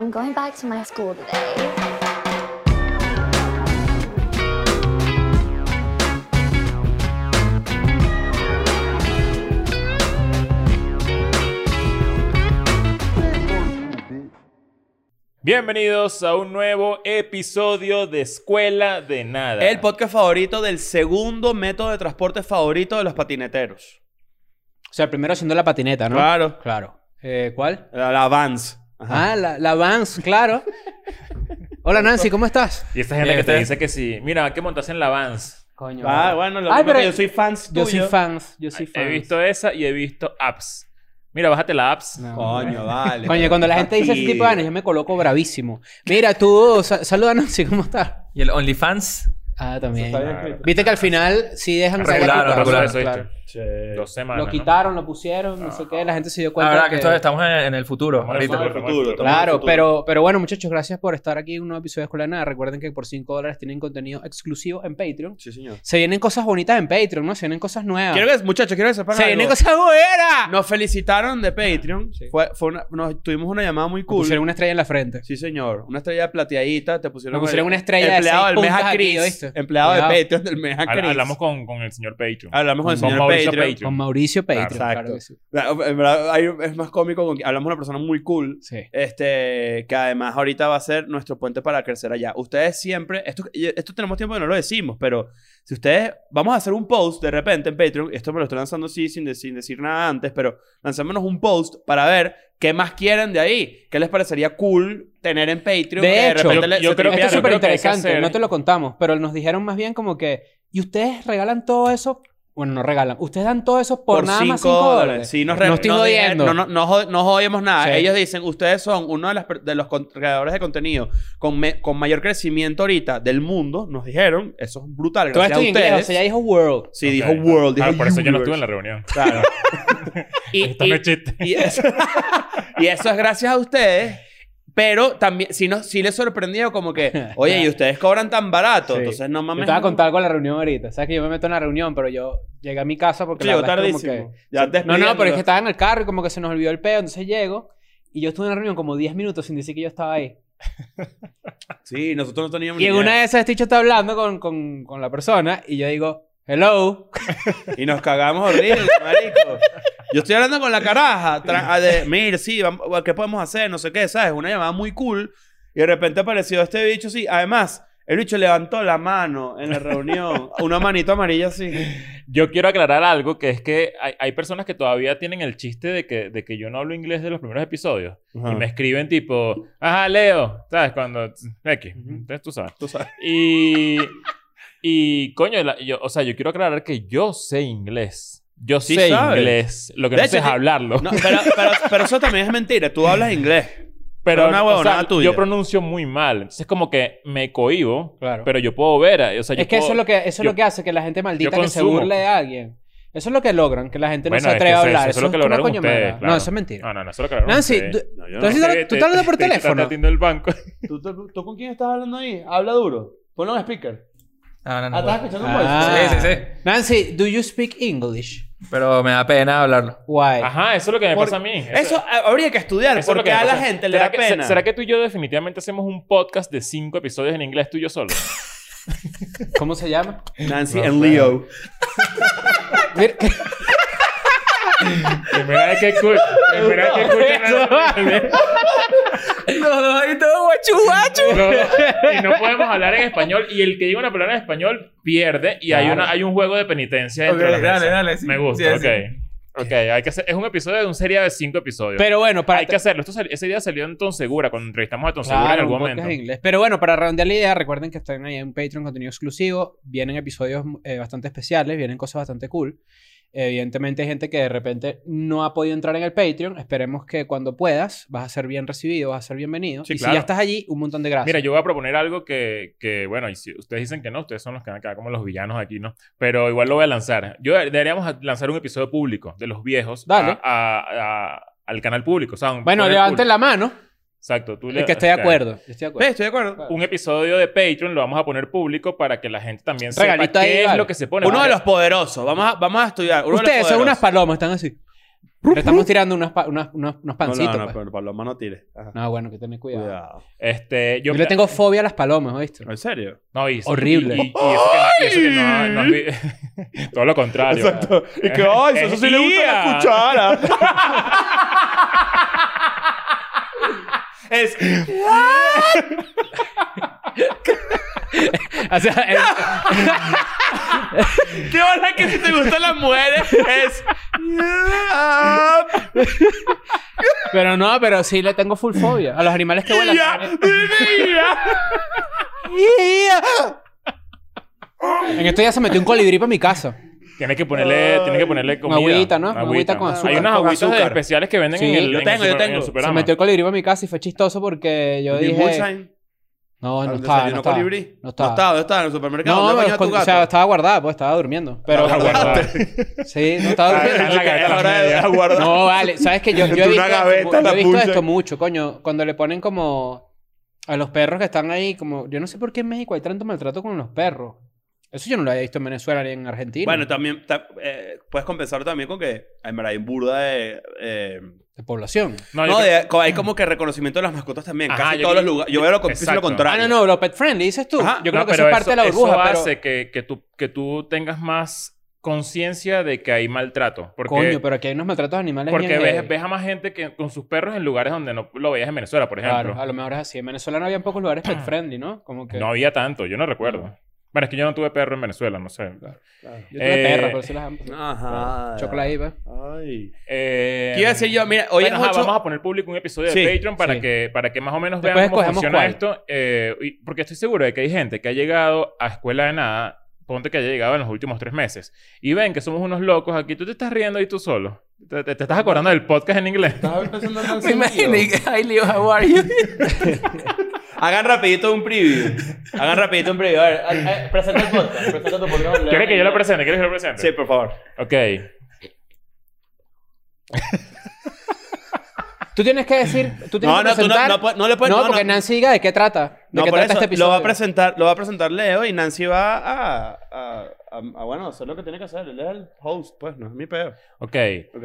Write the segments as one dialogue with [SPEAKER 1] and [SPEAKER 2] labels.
[SPEAKER 1] I'm going back to my school today.
[SPEAKER 2] Bienvenidos a un nuevo episodio de Escuela de Nada.
[SPEAKER 3] El podcast favorito del segundo método de transporte favorito de los patineteros.
[SPEAKER 4] O sea, primero haciendo la patineta, ¿no?
[SPEAKER 3] Claro.
[SPEAKER 4] Claro. Eh, ¿Cuál?
[SPEAKER 3] La, la Vans.
[SPEAKER 4] Ah, la, la Vans, claro. Hola Nancy, ¿cómo estás?
[SPEAKER 2] y esta gente que te
[SPEAKER 3] Este.
[SPEAKER 2] dice que sí. Mira, hay que montarse en la Vans.
[SPEAKER 4] Coño.
[SPEAKER 3] Ah, bueno, lo
[SPEAKER 4] Ay,
[SPEAKER 3] mismo
[SPEAKER 4] pero
[SPEAKER 3] que yo soy fans
[SPEAKER 4] yo
[SPEAKER 3] tuyo.
[SPEAKER 4] soy fans, yo soy fans.
[SPEAKER 2] He visto esa y he visto apps. Mira, bájate la apps.
[SPEAKER 4] No,
[SPEAKER 3] Coño, vale.
[SPEAKER 4] Coño, cuando la gente dice ese tipo de años, yo me coloco bravísimo. Mira, tú, sa- saluda a Nancy, ¿cómo estás?
[SPEAKER 5] Y el OnlyFans.
[SPEAKER 4] Ah, también.
[SPEAKER 3] Está bien escrito.
[SPEAKER 4] Viste que al final sí dejan sacar
[SPEAKER 5] Regularon,
[SPEAKER 4] tu-
[SPEAKER 2] Pasó
[SPEAKER 5] regular,
[SPEAKER 2] eso, ¿viste?
[SPEAKER 4] claro.
[SPEAKER 3] Che.
[SPEAKER 2] Dos semanas.
[SPEAKER 4] Lo
[SPEAKER 2] ¿no?
[SPEAKER 4] quitaron, lo pusieron, no sé qué, la gente se dio cuenta.
[SPEAKER 5] la verdad que esto- estamos en, en el futuro.
[SPEAKER 2] Estamos en el
[SPEAKER 5] ahorita.
[SPEAKER 3] Estamos en el futuro, estamos en el
[SPEAKER 4] Claro,
[SPEAKER 3] futuro.
[SPEAKER 4] pero, pero bueno, muchachos, gracias por estar aquí en un nuevo episodio de Escuela de Nada. Recuerden que por 5 dólares tienen contenido exclusivo en Patreon.
[SPEAKER 3] Sí, señor.
[SPEAKER 4] Se vienen cosas bonitas en Patreon, ¿no? Se vienen cosas nuevas.
[SPEAKER 3] Quiero que, muchachos, quiero que sepan
[SPEAKER 4] ¡Se
[SPEAKER 3] algo.
[SPEAKER 4] vienen cosas buenas!
[SPEAKER 3] Nos felicitaron de Patreon.
[SPEAKER 4] Sí.
[SPEAKER 3] Fue, fue una- nos tuvimos una llamada muy
[SPEAKER 4] Nos
[SPEAKER 3] cool.
[SPEAKER 4] pusieron una estrella en la frente.
[SPEAKER 3] Sí, señor. Una estrella plateadita. Te pusieron,
[SPEAKER 4] Nos pusieron una estrella de
[SPEAKER 3] empleado
[SPEAKER 4] seis
[SPEAKER 3] del mes
[SPEAKER 4] puntas
[SPEAKER 3] a
[SPEAKER 4] aquí,
[SPEAKER 3] Chris.
[SPEAKER 4] ¿oíste?
[SPEAKER 3] empleado de
[SPEAKER 4] Cuidado.
[SPEAKER 3] Patreon del mes a
[SPEAKER 2] Habla-
[SPEAKER 3] Chris.
[SPEAKER 2] Hablamos con, con el señor Patreon.
[SPEAKER 3] Hablamos con el
[SPEAKER 2] Con
[SPEAKER 3] señor
[SPEAKER 2] Mauricio Patreon.
[SPEAKER 3] Patreon.
[SPEAKER 4] Con Mauricio Patreon,
[SPEAKER 2] Exacto.
[SPEAKER 4] claro que sí.
[SPEAKER 3] En verdad, hay- es más cómico. Con, hablamos con una persona muy cool.
[SPEAKER 4] Sí.
[SPEAKER 3] Este, que además ahorita va a ser nuestro puente para crecer allá. Ustedes siempre, esto, y esto tenemos tiempo que no lo decimos, pero si ustedes, vamos a hacer un post de repente en Patreon, esto me lo estoy lanzando así sin, de- sin decir nada antes, pero lanzémonos un post para ver qué más quieren de ahí, qué les parecería cool tener en Patreon.
[SPEAKER 4] De
[SPEAKER 3] que
[SPEAKER 4] hecho,
[SPEAKER 3] repente
[SPEAKER 2] yo-
[SPEAKER 3] le-
[SPEAKER 2] yo
[SPEAKER 3] se
[SPEAKER 2] creo
[SPEAKER 3] te
[SPEAKER 4] Esto es
[SPEAKER 2] yo
[SPEAKER 3] olvidara.
[SPEAKER 2] creo
[SPEAKER 4] súper
[SPEAKER 2] que hay que
[SPEAKER 4] interesante,
[SPEAKER 2] hacer-
[SPEAKER 4] no te lo contamos, pero nos dijeron más bien como que, ¿y ustedes regalan todo eso? Bueno, no regalan, ustedes dan todo eso por, nada más 5 dólares.
[SPEAKER 3] Sí, nos
[SPEAKER 4] No
[SPEAKER 3] re-
[SPEAKER 4] estoy
[SPEAKER 3] nos dijeron-
[SPEAKER 4] jodiendo.
[SPEAKER 3] No, no, no, jod- no jodemos nada.
[SPEAKER 4] Sí.
[SPEAKER 3] Ellos dicen, ustedes son uno de, las per- de los con- creadores de contenido con, me- con mayor crecimiento ahorita del mundo. Nos dijeron, eso es brutal.
[SPEAKER 4] Todo
[SPEAKER 3] Gracias
[SPEAKER 4] esto
[SPEAKER 3] a
[SPEAKER 4] en
[SPEAKER 3] ustedes.
[SPEAKER 4] inglés, o sea, ya dijo World.
[SPEAKER 3] Sí,
[SPEAKER 2] Ok.
[SPEAKER 3] dijo World, dijo
[SPEAKER 2] Claro, por eso yo no
[SPEAKER 3] universe.
[SPEAKER 2] estuve en la reunión.
[SPEAKER 3] Claro. y,
[SPEAKER 2] Esto
[SPEAKER 3] y-
[SPEAKER 2] no es chiste.
[SPEAKER 3] y eso, y eso es gracias a ustedes. Pero también, si, no, si les sorprendió como que, oye, y ustedes cobran tan barato,
[SPEAKER 4] Sí.
[SPEAKER 3] entonces no
[SPEAKER 4] Yo
[SPEAKER 3] mames.
[SPEAKER 4] te voy a contar con la reunión ahorita. Sabes que yo me meto en la reunión, pero yo llegué a mi casa porque
[SPEAKER 3] Llegó
[SPEAKER 4] verdad es
[SPEAKER 3] tardísimo. Ya
[SPEAKER 4] No, no, pero es que
[SPEAKER 3] despidiéndolo.
[SPEAKER 4] estaba en el carro y como que se nos olvidó el peo, entonces llego y yo estuve en la reunión como 10 minutos sin decir que yo estaba ahí.
[SPEAKER 3] Sí, nosotros no teníamos
[SPEAKER 4] Y en
[SPEAKER 3] ni idea.
[SPEAKER 4] una de esas este bicho está hablando con, con, con la persona y yo digo, hello.
[SPEAKER 3] Y nos cagamos horrible, marico. Yo estoy hablando con la caraja. tra- a De, Mira, sí, vam- ¿qué podemos hacer? No sé qué, ¿sabes? Una llamada muy cool. Y de repente apareció este bicho, sí. Además, el bicho levantó la mano en la reunión. Una manito amarilla, sí.
[SPEAKER 2] Yo quiero aclarar algo, que es que hay, hay personas que todavía tienen el chiste de que, de que yo no hablo inglés de los primeros episodios.
[SPEAKER 3] Ah.
[SPEAKER 2] Y me escriben tipo, ajá, Leo, ¿sabes? Cuando... X, entonces tú sabes.
[SPEAKER 3] Tú sabes.
[SPEAKER 2] Y... Y, coño, la- yo, o sea, yo quiero aclarar que yo sé inglés. Yo
[SPEAKER 3] Sí
[SPEAKER 2] sé
[SPEAKER 3] sabes.
[SPEAKER 2] inglés. Lo que
[SPEAKER 3] De
[SPEAKER 2] no
[SPEAKER 3] hecho,
[SPEAKER 2] sé es
[SPEAKER 3] sí.
[SPEAKER 2] hablarlo.
[SPEAKER 3] No, pero, pero, pero eso también es mentira. Tú hablas inglés.
[SPEAKER 2] Pero
[SPEAKER 3] Una huevonada tuya.
[SPEAKER 2] yo pronuncio muy mal. Entonces, como que me cohibo,
[SPEAKER 4] Claro.
[SPEAKER 2] pero yo puedo ver. eh, O sea, yo
[SPEAKER 4] es que eso es lo que, eso es
[SPEAKER 2] yo-
[SPEAKER 4] lo que hace que la gente maldita
[SPEAKER 2] yo
[SPEAKER 4] que se
[SPEAKER 2] consumo.
[SPEAKER 4] burle de alguien. Eso es lo que logran, que la gente no
[SPEAKER 2] Bueno,
[SPEAKER 4] se
[SPEAKER 2] es
[SPEAKER 4] atreve
[SPEAKER 2] que
[SPEAKER 4] a
[SPEAKER 2] eso-
[SPEAKER 4] hablar.
[SPEAKER 2] eso es lo que
[SPEAKER 4] una
[SPEAKER 2] lograron
[SPEAKER 4] coña
[SPEAKER 2] ustedes,
[SPEAKER 4] mala.
[SPEAKER 2] claro. Ah.
[SPEAKER 4] No, eso es mentira.
[SPEAKER 2] No, no, no, eso es lo que hablaron
[SPEAKER 4] Nancy,
[SPEAKER 2] ustedes.
[SPEAKER 4] tú-
[SPEAKER 3] No, yo
[SPEAKER 4] tú
[SPEAKER 3] no.
[SPEAKER 4] estás hablando- tú estás hablando por
[SPEAKER 2] te- te- te- Te
[SPEAKER 4] teléfono.
[SPEAKER 2] está atiendo el banco.
[SPEAKER 3] ¿Tú, tú, tú con quién estás hablando ahí? Habla duro. Ponlo en speaker.
[SPEAKER 5] No, no, no.
[SPEAKER 3] Ah, estás
[SPEAKER 5] puedo.
[SPEAKER 3] escuchando un voice.
[SPEAKER 4] Ah.
[SPEAKER 5] Sí, sí, sí.
[SPEAKER 4] Nancy, do you speak English?
[SPEAKER 5] Pero me da pena hablarlo.
[SPEAKER 4] Why?
[SPEAKER 2] Ajá, eso es lo que me
[SPEAKER 3] Por-
[SPEAKER 2] pasa a mí.
[SPEAKER 3] Eso eh, habría que estudiar
[SPEAKER 2] eso es lo
[SPEAKER 3] porque
[SPEAKER 2] que me
[SPEAKER 3] a la
[SPEAKER 2] pasa.
[SPEAKER 3] gente le
[SPEAKER 2] ¿Será
[SPEAKER 3] da
[SPEAKER 2] que- se-
[SPEAKER 3] pena.
[SPEAKER 2] ¿Será que tú y yo definitivamente hacemos un podcast de cinco episodios en inglés tú y yo solo?
[SPEAKER 4] ¿Cómo se llama?
[SPEAKER 3] Nancy and Leo.
[SPEAKER 4] Mira-
[SPEAKER 2] Primera vez que escucho. Primera vez que escucho.
[SPEAKER 4] Los dos ahí todo guachu guachu.
[SPEAKER 2] No, no, y no podemos hablar en español. Y el que diga una palabra en español pierde. Y hay,
[SPEAKER 4] Claro.
[SPEAKER 2] una, hay un juego de penitencia dentro
[SPEAKER 5] Ok,
[SPEAKER 2] de la mesa.
[SPEAKER 5] dale, dale, sí.
[SPEAKER 2] Me gusta,
[SPEAKER 5] Sí,
[SPEAKER 2] ok. Ok, hay que hacer, es un episodio de un serie de cinco episodios.
[SPEAKER 4] Pero bueno, para
[SPEAKER 2] hay que hacerlo. Esto sal- ese día salió en Tonsegura, cuando entrevistamos a Tonsegura
[SPEAKER 4] Claro,
[SPEAKER 2] en algún
[SPEAKER 4] un podcast
[SPEAKER 2] momento.
[SPEAKER 4] en inglés. Pero bueno, para redondear la idea, recuerden que están ahí en Patreon, contenido exclusivo. Vienen episodios eh, bastante especiales, vienen cosas bastante cool. Evidentemente hay gente que de repente no ha podido entrar en el Patreon. Esperemos que cuando puedas vas a ser bien recibido, vas a ser bienvenido.
[SPEAKER 2] Sí,
[SPEAKER 4] y si
[SPEAKER 2] claro.
[SPEAKER 4] ya estás allí, un montón de gracias.
[SPEAKER 2] Mira, yo voy a proponer algo que, que, bueno, y si ustedes dicen que no, ustedes son los que van a quedar como los villanos aquí, ¿no? Pero igual lo voy a lanzar. Yo deberíamos lanzar un episodio público de los viejos
[SPEAKER 4] Dale.
[SPEAKER 2] a- a- a- al canal público. O sea, un-
[SPEAKER 4] bueno,
[SPEAKER 2] poner
[SPEAKER 4] levanten
[SPEAKER 2] público.
[SPEAKER 4] la mano
[SPEAKER 2] Exacto. Tú le-
[SPEAKER 4] el que esté de
[SPEAKER 2] ok.
[SPEAKER 4] acuerdo. Yo estoy de
[SPEAKER 3] Sí,
[SPEAKER 4] acuerdo.
[SPEAKER 3] estoy de acuerdo.
[SPEAKER 2] Un episodio de Patreon lo vamos a poner público para que la gente también sepa
[SPEAKER 4] Regalito
[SPEAKER 2] qué
[SPEAKER 4] ahí,
[SPEAKER 2] es
[SPEAKER 4] vale.
[SPEAKER 2] lo que se pone.
[SPEAKER 3] Uno de
[SPEAKER 2] Porque-
[SPEAKER 3] los poderosos. Vamos a, vamos a estudiar. Uno de los
[SPEAKER 4] Ustedes son
[SPEAKER 3] poderosos.
[SPEAKER 4] unas palomas, están así. Le estamos tirando unos, pa- unos, unos, unos
[SPEAKER 3] No,
[SPEAKER 4] pancitos.
[SPEAKER 3] no, no,
[SPEAKER 4] pues.
[SPEAKER 3] pero paloma no tire. Ajá.
[SPEAKER 4] No, bueno, que tener cuidado.
[SPEAKER 3] Cuidado.
[SPEAKER 2] Este,
[SPEAKER 4] Yo,
[SPEAKER 2] yo,
[SPEAKER 4] le tengo fobia a las palomas, ¿oíste?
[SPEAKER 3] ¿En serio?
[SPEAKER 2] No, y eso-
[SPEAKER 4] Horrible.
[SPEAKER 2] Y, y- y eso que, no- y eso que no, no has vi- Todo lo contrario.
[SPEAKER 3] Exacto. Y que, ay,
[SPEAKER 2] Es
[SPEAKER 3] eso sí le gusta la
[SPEAKER 2] IA.
[SPEAKER 3] cuchara.
[SPEAKER 5] Es. o sea, es-
[SPEAKER 3] ¿Qué hora que si te gustan las mujeres es...
[SPEAKER 4] Pero no, pero sí le tengo full fobia. A los animales que vuelan. En esto ya se metió un colibrí para mi casa.
[SPEAKER 2] Tienes que ponerle, tienes que ponerle comida.
[SPEAKER 4] agüita, ¿no? Una agüita con azúcar.
[SPEAKER 2] Hay unas
[SPEAKER 3] Con
[SPEAKER 2] agüitas
[SPEAKER 3] azúcar.
[SPEAKER 2] especiales que venden
[SPEAKER 4] Sí.
[SPEAKER 2] en el
[SPEAKER 3] Yo
[SPEAKER 2] en el
[SPEAKER 3] tengo,
[SPEAKER 2] super-
[SPEAKER 3] yo
[SPEAKER 2] en el
[SPEAKER 3] tengo. Se
[SPEAKER 4] Se
[SPEAKER 2] Superama.
[SPEAKER 4] metió el colibrí para mi casa y fue chistoso porque yo
[SPEAKER 3] ¿Y
[SPEAKER 4] dije...
[SPEAKER 3] Bullshine?
[SPEAKER 4] No, no
[SPEAKER 3] ¿Dónde
[SPEAKER 4] estaba, no
[SPEAKER 3] desayunó
[SPEAKER 4] estaba.
[SPEAKER 3] colibrí?
[SPEAKER 4] No estaba.
[SPEAKER 3] No estaba, no estaba en el supermercado.
[SPEAKER 4] No,
[SPEAKER 3] ¿Dónde
[SPEAKER 4] pero
[SPEAKER 3] bañó a tu
[SPEAKER 4] con-
[SPEAKER 3] gato?
[SPEAKER 4] o sea, estaba guardada, pues estaba durmiendo. Pero
[SPEAKER 2] Ah, guardada.
[SPEAKER 4] sí, no
[SPEAKER 3] Ah,
[SPEAKER 4] estaba durmiendo.
[SPEAKER 2] en la gaveta
[SPEAKER 3] Es
[SPEAKER 2] las
[SPEAKER 3] hora de
[SPEAKER 2] medias.
[SPEAKER 3] guardar.
[SPEAKER 4] No, vale. ¿Sabes que Yo, yo
[SPEAKER 3] Entre
[SPEAKER 4] he visto,
[SPEAKER 3] una
[SPEAKER 4] esto,
[SPEAKER 3] gaveta,
[SPEAKER 4] yo he
[SPEAKER 3] la
[SPEAKER 4] visto
[SPEAKER 3] pulsa.
[SPEAKER 4] esto mucho, coño. Cuando le ponen como... A los perros que están ahí, como... Yo no sé por qué en México hay tanto maltrato con los perros. Eso yo no lo había visto en Venezuela ni en Argentina.
[SPEAKER 3] Bueno, también ta- eh, puedes compensarlo también con que hay hay burda de... eh,
[SPEAKER 4] de población.
[SPEAKER 2] No, yo
[SPEAKER 3] no,
[SPEAKER 2] creo-
[SPEAKER 3] de- co- hay como que reconocimiento de las mascotas también.
[SPEAKER 2] Ajá,
[SPEAKER 3] casi
[SPEAKER 2] yo
[SPEAKER 3] todos
[SPEAKER 2] creo-
[SPEAKER 3] los lugares. Yo veo lo, com-
[SPEAKER 2] Exacto.
[SPEAKER 3] lo
[SPEAKER 4] Ah,
[SPEAKER 3] contrario.
[SPEAKER 4] no, no. Lo pet friendly, dices tú.
[SPEAKER 3] Ajá.
[SPEAKER 4] Yo creo
[SPEAKER 2] No,
[SPEAKER 4] que eso
[SPEAKER 2] pero
[SPEAKER 4] es parte de la
[SPEAKER 2] eso
[SPEAKER 4] burbuja, pero...
[SPEAKER 2] hace que, que, tú, que tú tengas más conciencia de que hay maltrato. Porque,
[SPEAKER 4] Coño, pero aquí hay unos maltratos animales
[SPEAKER 2] porque
[SPEAKER 4] bien eh,
[SPEAKER 2] ves,
[SPEAKER 4] heavy.
[SPEAKER 2] ves a más gente que, con sus perros en lugares donde no lo veías en Venezuela, por ejemplo.
[SPEAKER 4] Claro, a lo mejor es así. En Venezuela no había pocos lugares pet friendly, ¿no? Como que...
[SPEAKER 2] No había tanto, yo no recuerdo. Bueno, es que yo no tuve perro en Venezuela, no sé.
[SPEAKER 4] Yo tuve
[SPEAKER 2] Eh,
[SPEAKER 4] perras, por eso las amo.
[SPEAKER 3] Ajá.
[SPEAKER 4] Chocolate ahí, pues.
[SPEAKER 3] Ay.
[SPEAKER 2] Eh,
[SPEAKER 3] ¿Qué iba a decir yo? Mira, hoy
[SPEAKER 2] bueno,
[SPEAKER 3] es
[SPEAKER 2] ajá,
[SPEAKER 3] ocho-
[SPEAKER 2] vamos a poner público un episodio
[SPEAKER 3] Sí,
[SPEAKER 2] de Patreon para,
[SPEAKER 4] sí.
[SPEAKER 2] que, para que más o menos
[SPEAKER 4] Después
[SPEAKER 2] vean cómo
[SPEAKER 4] escogemos
[SPEAKER 2] funciona
[SPEAKER 4] cuál.
[SPEAKER 2] esto. eh, y- porque estoy seguro de que hay gente que ha llegado a Escuela de Nada, ponte que haya llegado en los últimos tres meses, y ven que somos unos locos aquí. Tú te estás riendo ahí tú solo. Te, te- te estás acordando del podcast en inglés.
[SPEAKER 5] me imaginé que. Ay, Leo, how are you?
[SPEAKER 3] Hagan rapidito un preview. Hagan rapidito un preview. A ver, a- a- presenta el podcast. Presenta tu podcast.
[SPEAKER 2] ¿Quieres que yo lo presente? ¿Quieres que lo presente?
[SPEAKER 3] Sí, por favor.
[SPEAKER 2] Ok.
[SPEAKER 4] Tú tienes que decir... Tú tienes
[SPEAKER 3] No,
[SPEAKER 4] que
[SPEAKER 3] no, tú no-
[SPEAKER 4] presentar-
[SPEAKER 3] no puedes- no le puedes-
[SPEAKER 4] No,
[SPEAKER 3] no,
[SPEAKER 4] porque
[SPEAKER 3] no.
[SPEAKER 4] Nancy diga de qué trata. ¿De
[SPEAKER 3] No,
[SPEAKER 4] qué
[SPEAKER 3] por
[SPEAKER 4] trata
[SPEAKER 3] eso
[SPEAKER 4] este episodio?
[SPEAKER 3] lo va, a presentar, lo va a presentar Leo y Nancy va a, a, a- a- bueno, hacer lo que tiene que hacer. Él es el host, pues, no es mi peor.
[SPEAKER 2] Ok.
[SPEAKER 3] Ok.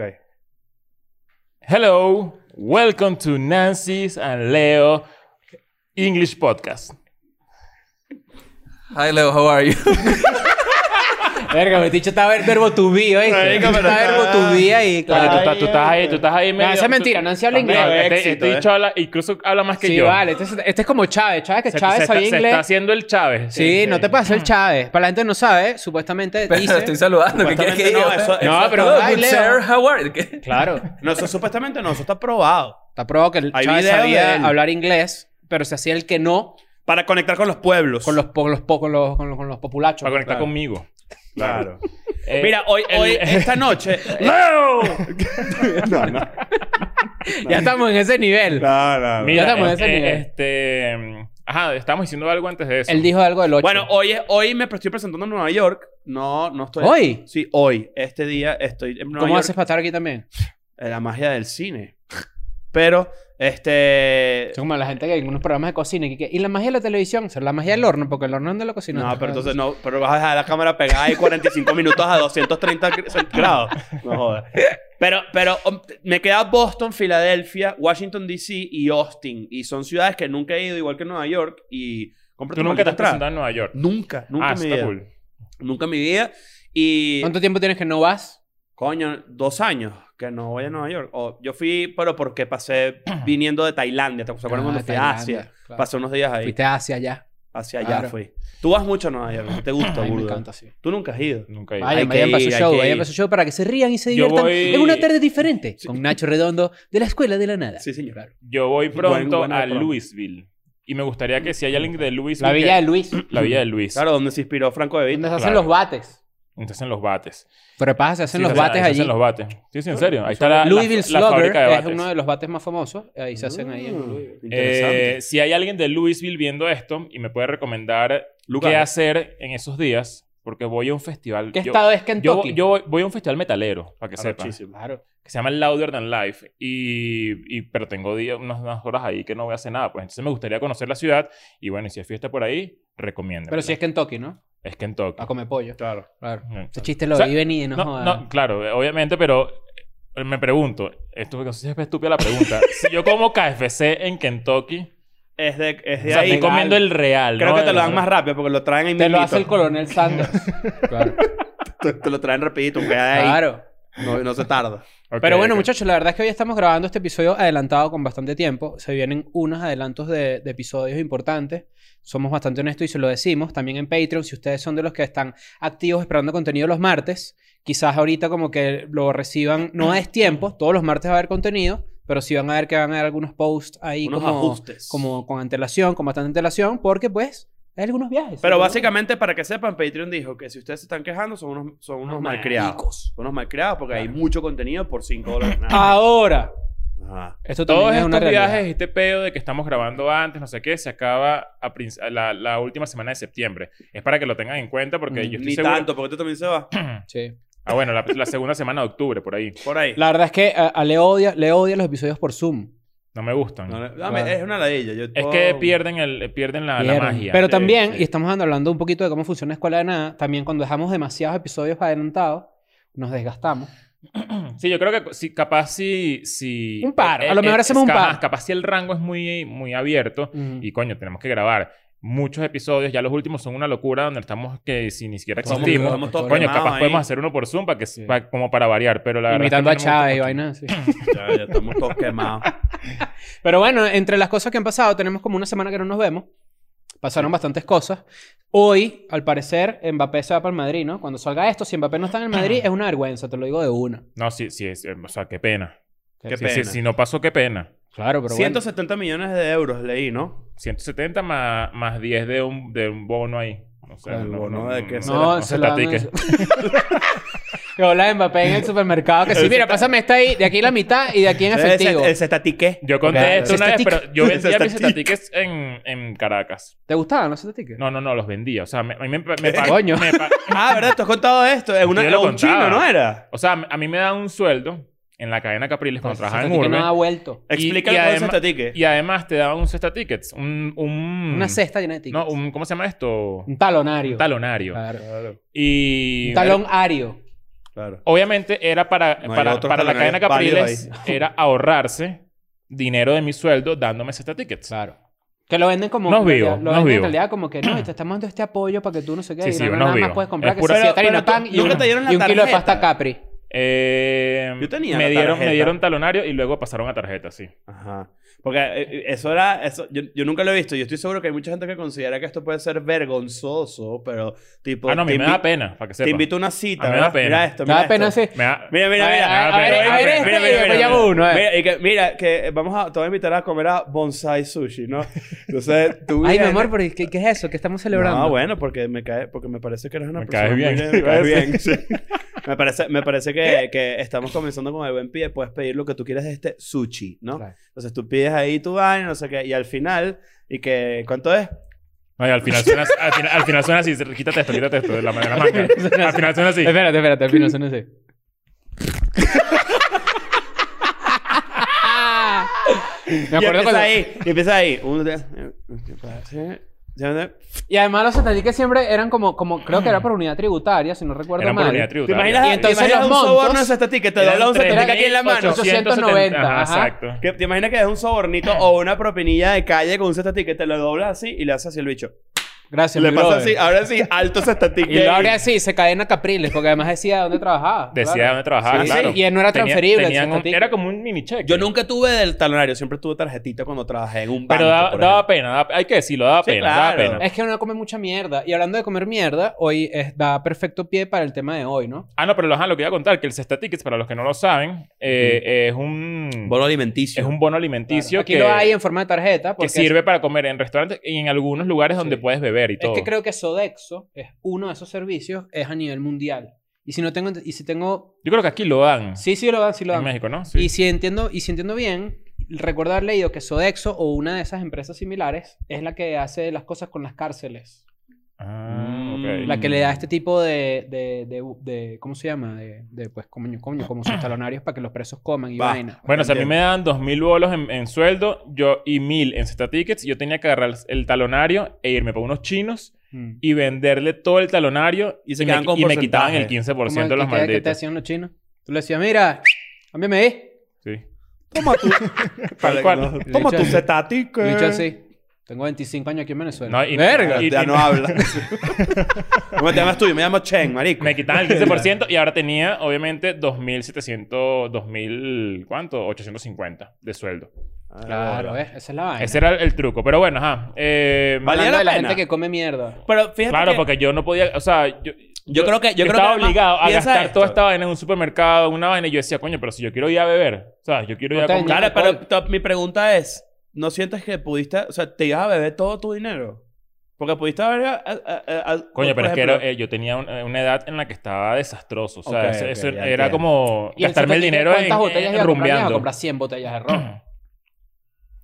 [SPEAKER 2] Hello. Welcome to Nancy's and Leo English Podcast.
[SPEAKER 5] Hi, Leo, how are you?
[SPEAKER 4] Verga, me dicho está ver- verbo to be, ¿oíste?
[SPEAKER 3] Marico,
[SPEAKER 4] Está
[SPEAKER 3] pero está-
[SPEAKER 4] verbo to be ahí,
[SPEAKER 2] Oye, tú,
[SPEAKER 4] claro.
[SPEAKER 2] estás, tú estás ahí, tú estás ahí
[SPEAKER 4] No,
[SPEAKER 2] medio...
[SPEAKER 4] esa es mentira, Nancy habla
[SPEAKER 2] También,
[SPEAKER 3] inglés.
[SPEAKER 2] Este,
[SPEAKER 3] Éxito,
[SPEAKER 2] este
[SPEAKER 3] eh.
[SPEAKER 2] bicho habla, incluso habla más que
[SPEAKER 4] Sí,
[SPEAKER 2] yo.
[SPEAKER 4] vale. Este, es- este es como Chávez. Chávez que
[SPEAKER 2] Se,
[SPEAKER 4] Chávez
[SPEAKER 2] se
[SPEAKER 4] sabía
[SPEAKER 2] está, se está
[SPEAKER 4] inglés.
[SPEAKER 2] haciendo el Chávez.
[SPEAKER 4] sí, no te puedes hacer Chávez. Para la gente que no sabe, supuestamente
[SPEAKER 5] Pero
[SPEAKER 4] dice...
[SPEAKER 5] estoy saludando. ¿Qué quieres que
[SPEAKER 3] Supuestamente no,
[SPEAKER 5] diga?
[SPEAKER 3] eso-
[SPEAKER 4] No,
[SPEAKER 3] eso-
[SPEAKER 4] pero
[SPEAKER 5] Hello,
[SPEAKER 4] ay,
[SPEAKER 5] good
[SPEAKER 4] Leo.
[SPEAKER 5] sir, how are you? ¿Qué?
[SPEAKER 4] Claro.
[SPEAKER 3] No, eso supuestamente no, eso está probado.
[SPEAKER 4] Está probado que el
[SPEAKER 3] Hay
[SPEAKER 4] Chávez
[SPEAKER 3] videos de
[SPEAKER 4] sabía
[SPEAKER 3] él.
[SPEAKER 4] hablar inglés, pero se hacía el que no
[SPEAKER 3] Para conectar con los pueblos.
[SPEAKER 4] con los, po- los po- con los, con los, con los populachos.
[SPEAKER 2] Para conectar
[SPEAKER 3] Claro.
[SPEAKER 2] conmigo.
[SPEAKER 3] Claro.
[SPEAKER 2] Eh,
[SPEAKER 3] Mira, hoy,
[SPEAKER 2] el-
[SPEAKER 3] hoy esta noche.
[SPEAKER 2] ¡Leo!
[SPEAKER 3] no, no.
[SPEAKER 4] Ya estamos en ese nivel.
[SPEAKER 3] No, no, no.
[SPEAKER 2] Mira,
[SPEAKER 4] estamos en
[SPEAKER 2] eh,
[SPEAKER 4] ese nivel.
[SPEAKER 2] este... mm, Ajá, estábamos diciendo algo antes de eso.
[SPEAKER 4] Él dijo algo del 8.
[SPEAKER 3] Bueno, hoy, es- hoy me estoy presentando en Nueva York. No, no estoy.
[SPEAKER 4] ¿Hoy?
[SPEAKER 3] Sí, hoy. Este día estoy en Nueva
[SPEAKER 4] ¿Cómo
[SPEAKER 3] York.
[SPEAKER 4] haces para estar aquí también?
[SPEAKER 3] Eh, La magia del cine. Pero, este.
[SPEAKER 4] Son como la gente que hay en unos programas de cocina. Y, que- y la magia de la televisión, o sea, la magia del horno, porque el horno es de la cocina.
[SPEAKER 3] No, pero entonces no, pero vas a dejar la cámara pegada ahí 45 minutos a 230 gr- grados. No jodas. Pero, pero um, me queda Boston, Filadelfia, Washington DC y Austin. Y son ciudades que nunca he ido, igual que Nueva York. Y compra
[SPEAKER 2] Tú nunca
[SPEAKER 3] tu
[SPEAKER 2] te
[SPEAKER 3] maldita
[SPEAKER 2] has
[SPEAKER 3] entrada.
[SPEAKER 2] presentado en Nueva York.
[SPEAKER 3] Nunca, nunca
[SPEAKER 2] ah,
[SPEAKER 3] en
[SPEAKER 2] eso
[SPEAKER 3] mi
[SPEAKER 2] está
[SPEAKER 3] vida.
[SPEAKER 2] cool.
[SPEAKER 3] Nunca en mi vida. Y.
[SPEAKER 4] ¿Cuánto tiempo tienes que no vas?
[SPEAKER 3] Coño, dos años que no voy a Nueva York. O, yo fui, pero porque pasé viniendo de Tailandia. ¿Te acuerdas
[SPEAKER 4] Ah,
[SPEAKER 3] cuando fui a
[SPEAKER 4] Tailandia,
[SPEAKER 3] Asia?
[SPEAKER 4] claro.
[SPEAKER 3] Pasé unos días ahí.
[SPEAKER 4] Fuiste hacia allá.
[SPEAKER 3] Hacia allá
[SPEAKER 4] Claro.
[SPEAKER 3] fui. Tú vas mucho a Nueva York. ¿Te gusta,
[SPEAKER 4] Ay, me
[SPEAKER 3] burda?
[SPEAKER 4] encanta, sí.
[SPEAKER 3] Tú nunca has ido.
[SPEAKER 2] Nunca he ido.
[SPEAKER 3] Ay,
[SPEAKER 4] Vayan,
[SPEAKER 3] que
[SPEAKER 4] vayan para su
[SPEAKER 3] ir, hay
[SPEAKER 4] show,
[SPEAKER 3] que
[SPEAKER 4] vayan
[SPEAKER 3] ir.
[SPEAKER 4] para su show para que se rían y se
[SPEAKER 2] Yo
[SPEAKER 4] diviertan
[SPEAKER 2] voy-
[SPEAKER 4] en una tarde diferente con Nacho Redondo de la Escuela de la Nada.
[SPEAKER 3] Sí, señor.
[SPEAKER 4] Claro.
[SPEAKER 2] Yo voy
[SPEAKER 3] Buen-
[SPEAKER 2] pronto
[SPEAKER 3] buena
[SPEAKER 2] a
[SPEAKER 3] promo.
[SPEAKER 2] Louisville. Y me gustaría que si hay alguien de Louisville...
[SPEAKER 4] La Villa de
[SPEAKER 2] que-
[SPEAKER 4] Luis,
[SPEAKER 2] La Villa de Luis.
[SPEAKER 3] Claro, donde se inspiró Franco de
[SPEAKER 4] donde
[SPEAKER 3] Vita.
[SPEAKER 4] se hacen
[SPEAKER 2] claro.
[SPEAKER 4] los bates.
[SPEAKER 2] Entonces en los bates.
[SPEAKER 4] Pero pasa, se hacen
[SPEAKER 2] Sí,
[SPEAKER 4] los
[SPEAKER 2] o sea,
[SPEAKER 4] bates
[SPEAKER 2] se
[SPEAKER 4] allí.
[SPEAKER 2] hacen los bates. Sí, sí, en serio. Ahí está la, la-
[SPEAKER 4] Louisville
[SPEAKER 2] la fábrica de
[SPEAKER 4] Slugger es
[SPEAKER 2] bates. Mm.
[SPEAKER 4] uno de los bates más famosos. Ahí se hacen ahí en Louisville.
[SPEAKER 3] Mm, Interesante.
[SPEAKER 2] Eh, si hay alguien de Louisville viendo esto y me puede recomendar qué
[SPEAKER 3] Lugares.
[SPEAKER 2] hacer en esos días, porque voy a un festival.
[SPEAKER 4] ¿Qué
[SPEAKER 2] yo,
[SPEAKER 4] estado es
[SPEAKER 2] yo,
[SPEAKER 4] Kentucky?
[SPEAKER 2] yo voy, voy a un festival metalero,
[SPEAKER 3] Ah,
[SPEAKER 2] para que sepa, que
[SPEAKER 3] Arrechísimo.
[SPEAKER 4] Claro.
[SPEAKER 2] se llama Louder Than Life. Y, y- pero tengo día- unas, unas horas ahí que no voy a hacer nada. Pues entonces me gustaría conocer la ciudad. Y bueno, y si hay fiesta por ahí, recomiendo.
[SPEAKER 4] Pero si es Kentucky, ¿no?
[SPEAKER 2] es Kentucky.
[SPEAKER 4] A comer pollo.
[SPEAKER 3] Claro.
[SPEAKER 4] Claro.
[SPEAKER 2] Mm.
[SPEAKER 4] Ese chiste lo
[SPEAKER 2] O sea,
[SPEAKER 4] vi venir, no,
[SPEAKER 2] No,
[SPEAKER 4] jodas.
[SPEAKER 2] no, claro, eh, obviamente, pero me pregunto, esto me es estúpida la pregunta. si yo como KFC en Kentucky,
[SPEAKER 3] Es de, es
[SPEAKER 2] o
[SPEAKER 3] de
[SPEAKER 2] sea,
[SPEAKER 3] ahí.
[SPEAKER 2] estoy comiendo el real,
[SPEAKER 3] Creo
[SPEAKER 2] ¿no?
[SPEAKER 3] que te lo
[SPEAKER 2] El-
[SPEAKER 3] dan más rápido porque lo traen ahí
[SPEAKER 4] Te lo
[SPEAKER 3] mismito.
[SPEAKER 4] hace el coronel Sanders. claro.
[SPEAKER 3] Te, te lo traen rapidito, aunque queda ahí.
[SPEAKER 4] claro.
[SPEAKER 3] No, no se tarda.
[SPEAKER 2] Ok,
[SPEAKER 4] Pero bueno,
[SPEAKER 2] ok.
[SPEAKER 4] muchachos, la verdad es que hoy estamos grabando este episodio adelantado con bastante tiempo. Se vienen unos adelantos de, de episodios importantes. Somos bastante honestos y se lo decimos. También en Patreon, si ustedes son de los que están activos esperando contenido los martes, quizás ahorita como que lo reciban, no es tiempo, todos los martes va a haber contenido, pero sí van a ver que van a haber algunos posts ahí
[SPEAKER 3] Unos
[SPEAKER 4] como,
[SPEAKER 3] ajustes.
[SPEAKER 4] como con antelación, con bastante antelación, porque pues hay algunos viajes.
[SPEAKER 3] Pero
[SPEAKER 4] ¿no?
[SPEAKER 3] básicamente, para que sepan, Patreon dijo que si ustedes se están quejando, son unos, son unos malcriados.
[SPEAKER 4] Maricos.
[SPEAKER 3] Son unos malcriados porque hay mucho contenido por 5 dólares.
[SPEAKER 4] Ah.
[SPEAKER 3] nada.
[SPEAKER 4] Ahora,
[SPEAKER 3] Ajá.
[SPEAKER 4] esto también
[SPEAKER 2] Todos
[SPEAKER 4] es una
[SPEAKER 2] estos
[SPEAKER 4] realidad.
[SPEAKER 2] viajes, este pedo de que estamos grabando antes, no sé qué, se acaba a princ- a la, la última semana de septiembre. Es para que lo tengan en cuenta porque
[SPEAKER 4] Mm,
[SPEAKER 2] yo estoy
[SPEAKER 3] Ni
[SPEAKER 2] seguro-
[SPEAKER 3] tanto, porque tú también se va.
[SPEAKER 4] Sí.
[SPEAKER 2] Ah, bueno, la, la segunda semana de octubre, por ahí.
[SPEAKER 3] Por ahí.
[SPEAKER 4] La verdad es que a, a le odia, le odia los episodios por Zoom.
[SPEAKER 2] No me gustan.
[SPEAKER 3] No, no,
[SPEAKER 4] Claro.
[SPEAKER 3] Es una ladilla. yo
[SPEAKER 2] Es
[SPEAKER 3] puedo-
[SPEAKER 2] que pierden, el, eh, pierden la, la
[SPEAKER 4] Vieron.
[SPEAKER 2] magia.
[SPEAKER 4] Pero
[SPEAKER 3] Sí,
[SPEAKER 4] también,
[SPEAKER 3] sí.
[SPEAKER 4] y estamos hablando un poquito de cómo funciona la escuela de nada, también cuando dejamos demasiados episodios adelantados, nos desgastamos.
[SPEAKER 2] Sí, yo creo que si, capaz si, si...
[SPEAKER 4] Un par,
[SPEAKER 2] eh,
[SPEAKER 4] a lo
[SPEAKER 2] eh,
[SPEAKER 4] mejor
[SPEAKER 2] eh,
[SPEAKER 4] hacemos un
[SPEAKER 2] capaz-
[SPEAKER 4] par.
[SPEAKER 2] Capaz si el rango es muy, muy abierto
[SPEAKER 4] Mm.
[SPEAKER 2] y coño, tenemos que grabar muchos episodios. Ya los últimos son una locura donde estamos que si ni siquiera
[SPEAKER 4] Estamos-
[SPEAKER 2] existimos.
[SPEAKER 4] estamos
[SPEAKER 3] todos
[SPEAKER 2] Coño,
[SPEAKER 3] quemados
[SPEAKER 2] capaz
[SPEAKER 3] ahí.
[SPEAKER 2] podemos hacer uno por Zoom para que,
[SPEAKER 4] Sí.
[SPEAKER 2] pa- como para variar, pero la verdad... es que
[SPEAKER 4] Imitando a
[SPEAKER 2] mí no me gusta
[SPEAKER 4] Chávez y
[SPEAKER 2] mucho.
[SPEAKER 4] vainas así.
[SPEAKER 3] Ya, ya estamos todos quemados.
[SPEAKER 4] Pero bueno, entre las cosas que han pasado, tenemos como una semana que no nos vemos. Pasaron bastantes cosas. Hoy, al parecer, Mbappé se va para el Madrid, ¿no? Cuando salga esto, si Mbappé no está en el Madrid, es una vergüenza, te lo digo de una.
[SPEAKER 2] No, sí, sí, es, eh, o sea, qué pena.
[SPEAKER 3] Qué
[SPEAKER 2] Sí,
[SPEAKER 3] pena.
[SPEAKER 2] sí, si no pasó, qué pena.
[SPEAKER 4] Claro, pero
[SPEAKER 3] 170 millones de euros leí, ¿no?
[SPEAKER 2] 170 más, más 10 de un, de un bono ahí. O sea,
[SPEAKER 3] El bono de que
[SPEAKER 4] bueno. No, se
[SPEAKER 2] se
[SPEAKER 4] lo dan
[SPEAKER 2] tatique.
[SPEAKER 4] a- Que habla de Mbappé en el supermercado, que sí, mira, pásame esta ahí, de aquí la mitad y de aquí en
[SPEAKER 3] Ese-
[SPEAKER 4] efectivo.
[SPEAKER 3] ese- ese tatiqué.
[SPEAKER 2] Yo conté
[SPEAKER 4] Claro.
[SPEAKER 2] esto una vez,
[SPEAKER 4] Cestatic.
[SPEAKER 2] pero yo vendía mis
[SPEAKER 3] Cestatic.
[SPEAKER 2] estatiques en, en Caracas.
[SPEAKER 4] ¿Te gustaban los tickets?
[SPEAKER 2] No, no, no, los vendía. O sea, me, a mí me, me
[SPEAKER 4] ¿Qué
[SPEAKER 2] pag-
[SPEAKER 4] coño?
[SPEAKER 2] me pag-
[SPEAKER 3] Ah, ¿verdad? ¿Tú has contado esto? Es una,
[SPEAKER 2] Yo lo
[SPEAKER 3] un chino,
[SPEAKER 2] contaba.
[SPEAKER 3] ¿no era?
[SPEAKER 2] O sea, a mí me daban un sueldo en la cadena Capriles cuando trabajaba en Urbe.
[SPEAKER 4] Pues, no ha vuelto.
[SPEAKER 2] Y- y
[SPEAKER 3] Explícale cómo es
[SPEAKER 2] además-
[SPEAKER 3] este tique.
[SPEAKER 2] Y además te daban un cesta tickets. Un, un-
[SPEAKER 4] Una cesta llena de tickets.
[SPEAKER 2] Mm. No, un, ¿cómo se llama esto?
[SPEAKER 4] Un talonario.
[SPEAKER 2] Un talonario.
[SPEAKER 4] Claro.
[SPEAKER 2] Y...
[SPEAKER 4] Un talonario.
[SPEAKER 3] Claro.
[SPEAKER 2] Obviamente era para,
[SPEAKER 3] No, hay
[SPEAKER 2] para,
[SPEAKER 3] otros
[SPEAKER 2] para la cadena
[SPEAKER 3] talonarios
[SPEAKER 2] Capriles,
[SPEAKER 3] válidos
[SPEAKER 2] era ahorrarse dinero de mi sueldo dándome cesta tickets.
[SPEAKER 4] Claro. Que lo venden como.
[SPEAKER 2] Unos
[SPEAKER 4] en realidad-
[SPEAKER 2] vivos,
[SPEAKER 4] Lo
[SPEAKER 2] unos
[SPEAKER 4] venden en
[SPEAKER 2] vivos.
[SPEAKER 4] realidad como que no, y te estamos dando este apoyo para que tú no sé qué.
[SPEAKER 2] Sí,
[SPEAKER 4] y
[SPEAKER 2] sí,
[SPEAKER 4] no, no,
[SPEAKER 2] unos
[SPEAKER 4] nada más
[SPEAKER 2] vivos.
[SPEAKER 4] puedes comprar
[SPEAKER 2] Es
[SPEAKER 4] que
[SPEAKER 2] pura-
[SPEAKER 4] sea siete
[SPEAKER 3] Pero-
[SPEAKER 4] harina
[SPEAKER 3] pero
[SPEAKER 4] pan
[SPEAKER 3] tú-
[SPEAKER 4] y,
[SPEAKER 3] ¿nunca
[SPEAKER 4] un,
[SPEAKER 3] te dieron la
[SPEAKER 4] y un kilo de
[SPEAKER 3] tarjeta?
[SPEAKER 4] pasta Capri.
[SPEAKER 2] Eh,
[SPEAKER 3] Yo tenía
[SPEAKER 2] me
[SPEAKER 3] la
[SPEAKER 2] dieron
[SPEAKER 3] tarjeta.
[SPEAKER 2] me dieron talonario y luego pasaron a tarjeta, sí. Ah,
[SPEAKER 3] Ajá. Porque eh, eso era... Eso, yo, yo nunca lo he visto. Yo estoy seguro que hay mucha gente que considera que esto puede ser vergonzoso, pero tipo...
[SPEAKER 2] ah, no, a mí
[SPEAKER 3] te
[SPEAKER 2] me
[SPEAKER 3] invi-
[SPEAKER 2] da pena, para que
[SPEAKER 3] Te
[SPEAKER 2] sepa.
[SPEAKER 3] invito a una cita,
[SPEAKER 2] A mí me
[SPEAKER 3] ¿verdad?
[SPEAKER 2] da pena.
[SPEAKER 3] Mira esto,
[SPEAKER 4] Me
[SPEAKER 3] mira
[SPEAKER 4] da pena
[SPEAKER 3] esto.
[SPEAKER 4] ese.
[SPEAKER 2] Me da- Ah,
[SPEAKER 3] Mira, mira,
[SPEAKER 4] A ver,
[SPEAKER 3] mira.
[SPEAKER 4] a ver, a ver este y después llamo uno, eh.
[SPEAKER 3] Mira, y que, mira, que vamos a, te voy a invitar a comer a Bonsai Sushi, ¿no? Entonces, tú
[SPEAKER 4] Ay, mi
[SPEAKER 3] vienes-
[SPEAKER 4] amor, pero ¿qué, qué es eso? ¿Qué estamos celebrando?
[SPEAKER 3] No, bueno, porque me, cae, porque me parece que eres una
[SPEAKER 2] Me
[SPEAKER 3] persona
[SPEAKER 2] caes bien,
[SPEAKER 3] muy-
[SPEAKER 2] me caes
[SPEAKER 3] bien, sí. Me parece, me parece que, que estamos comenzando con el buen pie. Puedes pedir lo que tú quieras de este sushi, ¿no?
[SPEAKER 4] Claro.
[SPEAKER 3] Entonces tú pides ahí tu vaina, no sé qué. Y al final, ¿y que ¿Cuánto es?
[SPEAKER 2] Ay, al, final suena, al, final, al final suena así, quítate esto, quítate esto, de la manera más Al final suena así.
[SPEAKER 4] Espérate, espérate, al final suena así. Me
[SPEAKER 3] y
[SPEAKER 4] acuerdo
[SPEAKER 3] empieza
[SPEAKER 4] cuando...
[SPEAKER 3] ahí. Y empieza ahí. Uno, dos, tres. ¿Te
[SPEAKER 4] Y además los estadísticas siempre eran como, como, creo que era por unidad tributaria, si no recuerdo
[SPEAKER 2] Era por
[SPEAKER 4] mal.
[SPEAKER 2] unidad tributaria.
[SPEAKER 3] imaginas,
[SPEAKER 4] Y entonces
[SPEAKER 3] ¿te imaginas
[SPEAKER 4] los
[SPEAKER 3] un soborno
[SPEAKER 4] montos
[SPEAKER 3] de esta que te dobla un
[SPEAKER 2] Eran
[SPEAKER 3] satique aquí en la mano?
[SPEAKER 4] 890,
[SPEAKER 2] Ajá,
[SPEAKER 4] ajá.
[SPEAKER 2] exacto.
[SPEAKER 3] ¿Qué- ¿Te imaginas que es un sobornito o una propinilla de calle con un satique que te lo dobla así y le hace así el bicho?
[SPEAKER 4] Gracias,
[SPEAKER 3] le
[SPEAKER 4] mi
[SPEAKER 3] pasa
[SPEAKER 4] brother.
[SPEAKER 3] así, ahora sí, alto estatístico.
[SPEAKER 4] Y lo abría así, se cadena Capriles, porque además decía dónde trabajaba.
[SPEAKER 2] Decía
[SPEAKER 4] claro.
[SPEAKER 2] dónde trabajaba,
[SPEAKER 4] Sí,
[SPEAKER 2] claro.
[SPEAKER 4] sí, y él no era
[SPEAKER 2] Tenía-
[SPEAKER 4] transferible,
[SPEAKER 2] tenían
[SPEAKER 4] el
[SPEAKER 2] un-
[SPEAKER 4] zapatillo.
[SPEAKER 2] era como un mini cheque.
[SPEAKER 3] Yo nunca tuve del talonario, siempre tuve tarjetita cuando trabajé en un banco.
[SPEAKER 2] Pero daba,
[SPEAKER 3] por
[SPEAKER 2] daba
[SPEAKER 3] ejemplo.
[SPEAKER 2] pena, daba- hay que decirlo, daba
[SPEAKER 3] Sí,
[SPEAKER 2] pena,
[SPEAKER 3] claro.
[SPEAKER 2] daba pena.
[SPEAKER 4] Es que uno come mucha mierda. Y hablando de comer mierda, hoy es- da perfecto pie para el tema de hoy, ¿no?
[SPEAKER 2] Ah, no, pero lo, ajá, lo que iba a contar, que el Cesta Tickets, para los que no lo saben, eh, es un...
[SPEAKER 3] Bono alimenticio.
[SPEAKER 2] Es un bono alimenticio
[SPEAKER 4] Aquí
[SPEAKER 2] que,
[SPEAKER 4] lo hay en forma de tarjeta.
[SPEAKER 2] que
[SPEAKER 4] Porque
[SPEAKER 2] sirve para comer en restaurantes y en algunos lugares donde
[SPEAKER 4] Sí.
[SPEAKER 2] puedes beber y
[SPEAKER 4] Es
[SPEAKER 2] todo.
[SPEAKER 4] que creo que Sodexo es uno de esos servicios, es a nivel mundial. Y si no tengo, ent- y si tengo,
[SPEAKER 2] Yo creo que aquí lo dan
[SPEAKER 4] sí, sí lo dan, sí lo
[SPEAKER 2] en
[SPEAKER 4] dan.
[SPEAKER 2] México, ¿no? Sí.
[SPEAKER 4] Y si entiendo, y si entiendo bien, recuerdo haber leído que Sodexo o una de esas empresas similares es la que hace las cosas con las cárceles.
[SPEAKER 3] Mm,
[SPEAKER 2] Ah, ok.
[SPEAKER 4] La que le da este tipo de, de, de- de- ¿cómo se llama? De, de, pues, coño, coño, como sus talonarios para que los presos coman y
[SPEAKER 3] Va.
[SPEAKER 4] vaina.
[SPEAKER 2] Bueno, si a mí me dan 2.000 bolos en, en sueldo yo, y 1.000 en Zeta Tickets, yo tenía que agarrar el talonario e irme para unos chinos
[SPEAKER 4] Mm.
[SPEAKER 2] y venderle todo el talonario
[SPEAKER 3] Y se
[SPEAKER 2] me,
[SPEAKER 3] quedan con
[SPEAKER 2] y me quitaban el
[SPEAKER 3] porcentaje.
[SPEAKER 2] 15%
[SPEAKER 4] ¿Cómo es
[SPEAKER 2] de los
[SPEAKER 4] que- ¿Qué te
[SPEAKER 2] malditos.
[SPEAKER 4] hacían los chinos? Tú le decías, mira, Cámbiame ahí.
[SPEAKER 2] Sí.
[SPEAKER 3] Toma tu...
[SPEAKER 2] Tal cual.
[SPEAKER 3] Toma
[SPEAKER 4] Dicho
[SPEAKER 3] tu
[SPEAKER 4] así.
[SPEAKER 3] setati que...
[SPEAKER 4] Bicho así. Tengo 25 años aquí en Venezuela.
[SPEAKER 2] No, y-
[SPEAKER 4] Verga.
[SPEAKER 2] y-
[SPEAKER 3] Ya no habla. ¿Cómo te llamas tú? Yo me llamo Chen, marico.
[SPEAKER 2] Me quitaban el 15% y ahora tenía, obviamente, 2.700, 2.000, ¿cuánto? 850 de sueldo.
[SPEAKER 3] Ah,
[SPEAKER 4] Claro, ¿ves? Esa es la vaina.
[SPEAKER 2] Ese era el truco. Pero bueno, ajá. Eh,
[SPEAKER 3] Vale. ¿Valía
[SPEAKER 4] Hablando
[SPEAKER 3] la
[SPEAKER 4] de la
[SPEAKER 3] pena?
[SPEAKER 4] gente que come mierda.
[SPEAKER 3] Pero fíjate
[SPEAKER 2] claro,
[SPEAKER 3] que-
[SPEAKER 2] porque yo no podía, o sea, yo,
[SPEAKER 3] Yo creo que- yo creo que
[SPEAKER 2] estaba
[SPEAKER 3] además,
[SPEAKER 2] obligado a
[SPEAKER 3] piensa
[SPEAKER 2] gastar
[SPEAKER 3] esto.
[SPEAKER 2] toda esta vaina en un supermercado, una vaina. Y yo decía, coño, pero si yo quiero ir a beber, ¿sabes? Yo quiero ir
[SPEAKER 4] No
[SPEAKER 2] a
[SPEAKER 4] te
[SPEAKER 2] comprar.
[SPEAKER 3] Claro,
[SPEAKER 4] alcohol.
[SPEAKER 3] pero to- mi pregunta es, ¿no sientes que pudiste, o sea, te ibas a beber todo tu dinero? Porque pudiste haber... eh, a- a- a- a-
[SPEAKER 2] Coño,
[SPEAKER 3] por
[SPEAKER 2] pero es que
[SPEAKER 3] ejemplo,
[SPEAKER 2] era- eh, yo tenía un- eh, una edad en la que estaba desastroso. O sea,
[SPEAKER 3] Ok,
[SPEAKER 2] eso,
[SPEAKER 3] ok,
[SPEAKER 2] eso
[SPEAKER 3] ya
[SPEAKER 2] era
[SPEAKER 3] entiendo.
[SPEAKER 2] como
[SPEAKER 4] Y
[SPEAKER 2] gastarme el
[SPEAKER 4] Sotoquito,
[SPEAKER 2] dinero en,
[SPEAKER 4] ¿Cuántas botellas
[SPEAKER 2] en
[SPEAKER 4] ibas a comprar? Ibas a
[SPEAKER 2] rumbeando.
[SPEAKER 4] comprar 100 botellas de ron.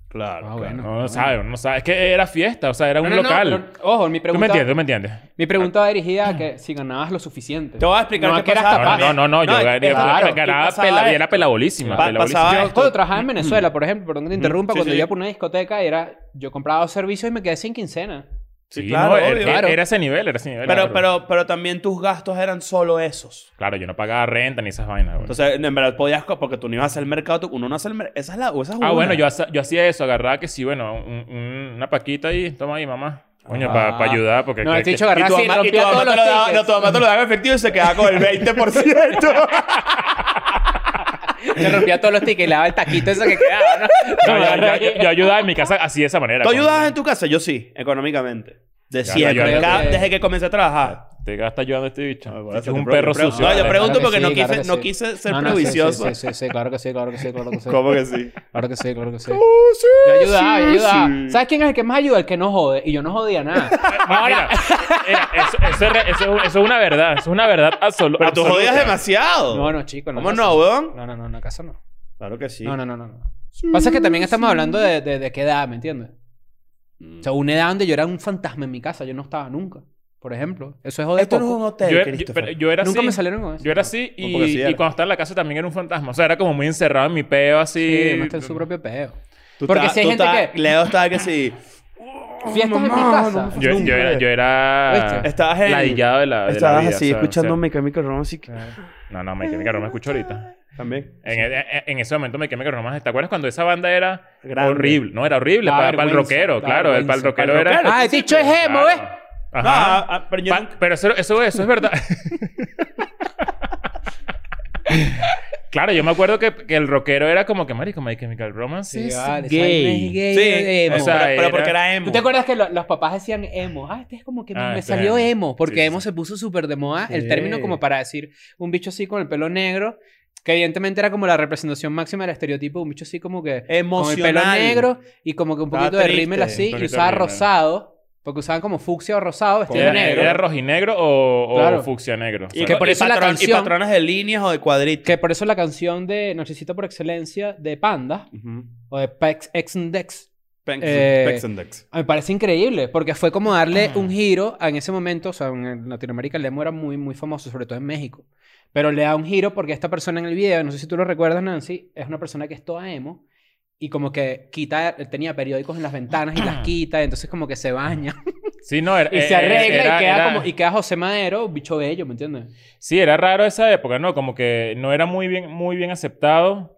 [SPEAKER 3] Claro,
[SPEAKER 4] Ah,
[SPEAKER 3] claro.
[SPEAKER 4] bueno.
[SPEAKER 2] No, no sabe, uno no sabe. Es que era fiesta, o sea, era un
[SPEAKER 4] No, no, no,
[SPEAKER 2] local.
[SPEAKER 4] pero, ojo, mi
[SPEAKER 2] Tú me
[SPEAKER 4] pregunta,
[SPEAKER 2] entiendes, tú me entiendes.
[SPEAKER 4] mi pregunta va dirigida a que si ganabas lo suficiente.
[SPEAKER 3] Te voy a explicar
[SPEAKER 4] No,
[SPEAKER 3] qué
[SPEAKER 4] que eras
[SPEAKER 3] pasaba.
[SPEAKER 4] capaz.
[SPEAKER 2] No, no, no, no, yo
[SPEAKER 3] Ah, es-
[SPEAKER 2] ganaba,
[SPEAKER 4] claro,
[SPEAKER 2] me ganaba
[SPEAKER 3] pasaba
[SPEAKER 2] pela-
[SPEAKER 3] esto.
[SPEAKER 2] era pelabolísima.
[SPEAKER 3] Pa-
[SPEAKER 2] pelabolísima.
[SPEAKER 3] pasaba
[SPEAKER 4] Yo
[SPEAKER 3] esto.
[SPEAKER 4] cuando trabajaba en Venezuela, por ejemplo, perdón que te interrumpa,
[SPEAKER 3] Mm, Sí,
[SPEAKER 4] cuando
[SPEAKER 3] sí.
[SPEAKER 4] yo iba por una discoteca era, yo compraba dos servicios y me quedé sin quincena.
[SPEAKER 3] Sí,
[SPEAKER 2] Sí,
[SPEAKER 3] claro,
[SPEAKER 2] no,
[SPEAKER 3] obvio.
[SPEAKER 2] era,
[SPEAKER 4] Claro.
[SPEAKER 2] era ese nivel, era ese nivel.
[SPEAKER 3] Pero,
[SPEAKER 2] claro.
[SPEAKER 3] pero, pero también tus gastos eran solo esos.
[SPEAKER 2] Claro, yo no pagaba renta ni esas vainas. güey.
[SPEAKER 3] Entonces, en verdad, podías... co- Porque tú no ibas a hacer el mercado. tú- Uno no hace el mercado. Esa es la... Esa es
[SPEAKER 2] ah,
[SPEAKER 3] una.
[SPEAKER 2] bueno, yo, hace- yo hacía eso, agarraba que sí, bueno, un- un- una paquita y toma ahí, mamá. Coño, para
[SPEAKER 4] Ah.
[SPEAKER 2] ayudar, porque.
[SPEAKER 4] No,
[SPEAKER 2] que-
[SPEAKER 4] el
[SPEAKER 2] que-
[SPEAKER 4] dicho
[SPEAKER 3] Y
[SPEAKER 4] agarraba
[SPEAKER 3] tu
[SPEAKER 4] así,
[SPEAKER 3] mamá, y tu
[SPEAKER 4] rompía
[SPEAKER 3] mamá
[SPEAKER 4] todos
[SPEAKER 3] te
[SPEAKER 4] los
[SPEAKER 3] lo daba, no,
[SPEAKER 4] tickets.
[SPEAKER 3] tu mamá te lo daba en efectivo y se quedaba con el 20%.
[SPEAKER 4] Te rompía todos los tickets y le daba el taquito eso que quedaba, ¿no?
[SPEAKER 2] No, yo, yo- yo- yo ayudaba en mi casa así de esa manera.
[SPEAKER 3] ¿Tú
[SPEAKER 2] coño.
[SPEAKER 3] ayudabas en tu casa? Yo sí, económicamente. De
[SPEAKER 2] Ya,
[SPEAKER 3] siempre.
[SPEAKER 2] yo- yo-
[SPEAKER 3] Cada-
[SPEAKER 4] yo-
[SPEAKER 3] desde que comencé a trabajar.
[SPEAKER 2] Te gasta ayudando a este bicho.
[SPEAKER 3] Ah, bueno,
[SPEAKER 2] Este
[SPEAKER 3] se
[SPEAKER 2] es
[SPEAKER 3] te
[SPEAKER 2] un
[SPEAKER 3] pro-
[SPEAKER 2] perro
[SPEAKER 3] pre-
[SPEAKER 2] sucio.
[SPEAKER 3] No, yo
[SPEAKER 2] Dale.
[SPEAKER 3] pregunto
[SPEAKER 4] Claro que
[SPEAKER 3] porque no,
[SPEAKER 4] sí,
[SPEAKER 3] quise,
[SPEAKER 4] claro que
[SPEAKER 3] no
[SPEAKER 4] sí.
[SPEAKER 3] quise ser
[SPEAKER 4] No, no, sí,
[SPEAKER 3] prejuicioso.
[SPEAKER 4] Sí, sí, sí, sí, claro que sí, claro que sí, claro que sí, claro que sí.
[SPEAKER 3] ¿Cómo que sí?
[SPEAKER 4] Claro que sí, claro que sí.
[SPEAKER 3] sí,
[SPEAKER 4] Yo ayudaba, yo
[SPEAKER 3] sí,
[SPEAKER 4] ayudaba.
[SPEAKER 3] sí.
[SPEAKER 4] ¿Sabes quién es el que más ayuda? El que no jode. Y yo no jodía nada.
[SPEAKER 2] Ah, mira, mira, eso, eso es re- eso- eso es una verdad. Eso es una verdad absolu- absoluta.
[SPEAKER 3] Pero tú jodías demasiado.
[SPEAKER 4] No, no, chico. No
[SPEAKER 3] ¿Cómo
[SPEAKER 4] acaso
[SPEAKER 3] no, weón?
[SPEAKER 4] No, no, no, no, acaso no.
[SPEAKER 3] Claro que sí.
[SPEAKER 4] No, no, no, no. no. Pasa que también estamos hablando de, de, de qué edad, ¿me entiendes? O sea, una edad donde yo era un fantasma en mi casa. Yo no estaba nunca, por ejemplo. Eso es joder
[SPEAKER 3] Esto no es
[SPEAKER 4] poco.
[SPEAKER 3] un
[SPEAKER 2] Yo,
[SPEAKER 3] hotel,
[SPEAKER 2] era- yo- pero
[SPEAKER 3] Christopher.
[SPEAKER 2] yo era así.
[SPEAKER 4] Nunca me salieron con eso.
[SPEAKER 2] Yo era así y,
[SPEAKER 3] porque sí
[SPEAKER 2] y
[SPEAKER 3] era.
[SPEAKER 2] cuando estaba en la casa también era un fantasma. O sea, era como muy encerrado en mi peo
[SPEAKER 4] Sí,
[SPEAKER 2] así.
[SPEAKER 4] no está en su propio peo.
[SPEAKER 3] Tú
[SPEAKER 4] Porque
[SPEAKER 3] estabas-
[SPEAKER 4] si hay
[SPEAKER 3] tú
[SPEAKER 4] gente
[SPEAKER 3] estabas-
[SPEAKER 4] que-
[SPEAKER 3] Leo estaba que sí.
[SPEAKER 4] Fiestas en mi
[SPEAKER 3] mamá,
[SPEAKER 4] casa.
[SPEAKER 3] no me-
[SPEAKER 2] yo, yo era, yo era
[SPEAKER 4] ¿Viste?
[SPEAKER 3] Estabas en...
[SPEAKER 2] ladillado de la. de la
[SPEAKER 3] Estabas
[SPEAKER 2] vida,
[SPEAKER 3] así,
[SPEAKER 2] o sea,
[SPEAKER 3] escuchando
[SPEAKER 2] o sea,
[SPEAKER 3] Mecánica Romance y que-
[SPEAKER 2] No, no, me quemé, me escucho ahorita.
[SPEAKER 3] También.
[SPEAKER 2] En, en- en ese momento me quemé, nomás. ¿Te acuerdas cuando esa banda era
[SPEAKER 3] Grande.
[SPEAKER 2] horrible? No, era horrible.
[SPEAKER 4] Da
[SPEAKER 2] Para, el
[SPEAKER 4] vergüenza,
[SPEAKER 2] rockero,
[SPEAKER 4] da
[SPEAKER 2] claro. El, para el
[SPEAKER 4] vergüenza,
[SPEAKER 2] rockero
[SPEAKER 3] pa'l
[SPEAKER 2] era.
[SPEAKER 3] rockero.
[SPEAKER 4] Ah, el dicho es emo, ¿ves?
[SPEAKER 2] Claro.
[SPEAKER 3] No,
[SPEAKER 2] Ajá.
[SPEAKER 3] ah, ah, pero yo...
[SPEAKER 2] Pa- pero eso, eso, eso es verdad. claro, yo me acuerdo que, que el rockero era como que, marico, My Chemical Romance
[SPEAKER 4] Sí,
[SPEAKER 2] es
[SPEAKER 4] vale, esa vaina es
[SPEAKER 2] gay.
[SPEAKER 4] gay,
[SPEAKER 3] Sí,
[SPEAKER 4] emo.
[SPEAKER 3] o sea,
[SPEAKER 2] Era-
[SPEAKER 3] pero, pero porque era emo.
[SPEAKER 4] ¿Tú te acuerdas que lo- los papás decían emo? Ah, este es como que me,
[SPEAKER 2] Ah,
[SPEAKER 4] me
[SPEAKER 2] este es
[SPEAKER 4] salió
[SPEAKER 2] emo.
[SPEAKER 4] emo. Porque
[SPEAKER 2] Sí, sí,
[SPEAKER 4] emo se puso súper de moda el
[SPEAKER 3] Sí.
[SPEAKER 4] término como para decir un bicho así con el pelo negro. Que evidentemente era como la representación máxima del estereotipo. de Un bicho así como que... Con el
[SPEAKER 3] Emocional.
[SPEAKER 4] pelo negro y como que un
[SPEAKER 3] Estaba
[SPEAKER 4] poquito de
[SPEAKER 3] triste,
[SPEAKER 4] rímel así.
[SPEAKER 2] un
[SPEAKER 4] Y
[SPEAKER 2] poquito
[SPEAKER 4] usaba
[SPEAKER 2] de rímel.
[SPEAKER 4] rosado. Porque usaban como fucsia o rosado vestido de
[SPEAKER 2] Era,
[SPEAKER 4] negro.
[SPEAKER 2] era rojinegro o, o
[SPEAKER 4] Claro.
[SPEAKER 2] fucsia negro. O sea,
[SPEAKER 3] Y,
[SPEAKER 4] Que por
[SPEAKER 3] y
[SPEAKER 4] eso la
[SPEAKER 3] patrón-
[SPEAKER 4] canción-
[SPEAKER 3] Y patrones de líneas o de cuadritos.
[SPEAKER 4] Que por eso la canción de Nochecita por Excelencia de Panda
[SPEAKER 3] Ujú.
[SPEAKER 4] o de Pex Ex and Dex
[SPEAKER 3] Pex-
[SPEAKER 4] Eh,
[SPEAKER 3] Pex and Dex.
[SPEAKER 4] me parece increíble porque fue como darle un giro a- en ese momento, o sea, en Latinoamérica el demo era muy, muy famoso, sobre todo en México. Pero le da un giro porque esta persona en el video, no sé si tú lo recuerdas, Nancy, es una persona que es toda emo y como que quita, tenía periódicos en las ventanas y las quita, entonces como que se baña
[SPEAKER 2] sí, no, era-
[SPEAKER 4] y se
[SPEAKER 2] eh,
[SPEAKER 4] arregla
[SPEAKER 2] era-
[SPEAKER 4] y, queda
[SPEAKER 2] era-
[SPEAKER 4] como, y queda José Madero, un bicho bello, ¿me entiendes?
[SPEAKER 2] Sí, era raro esa época, ¿no? Como que no era muy bien, muy bien aceptado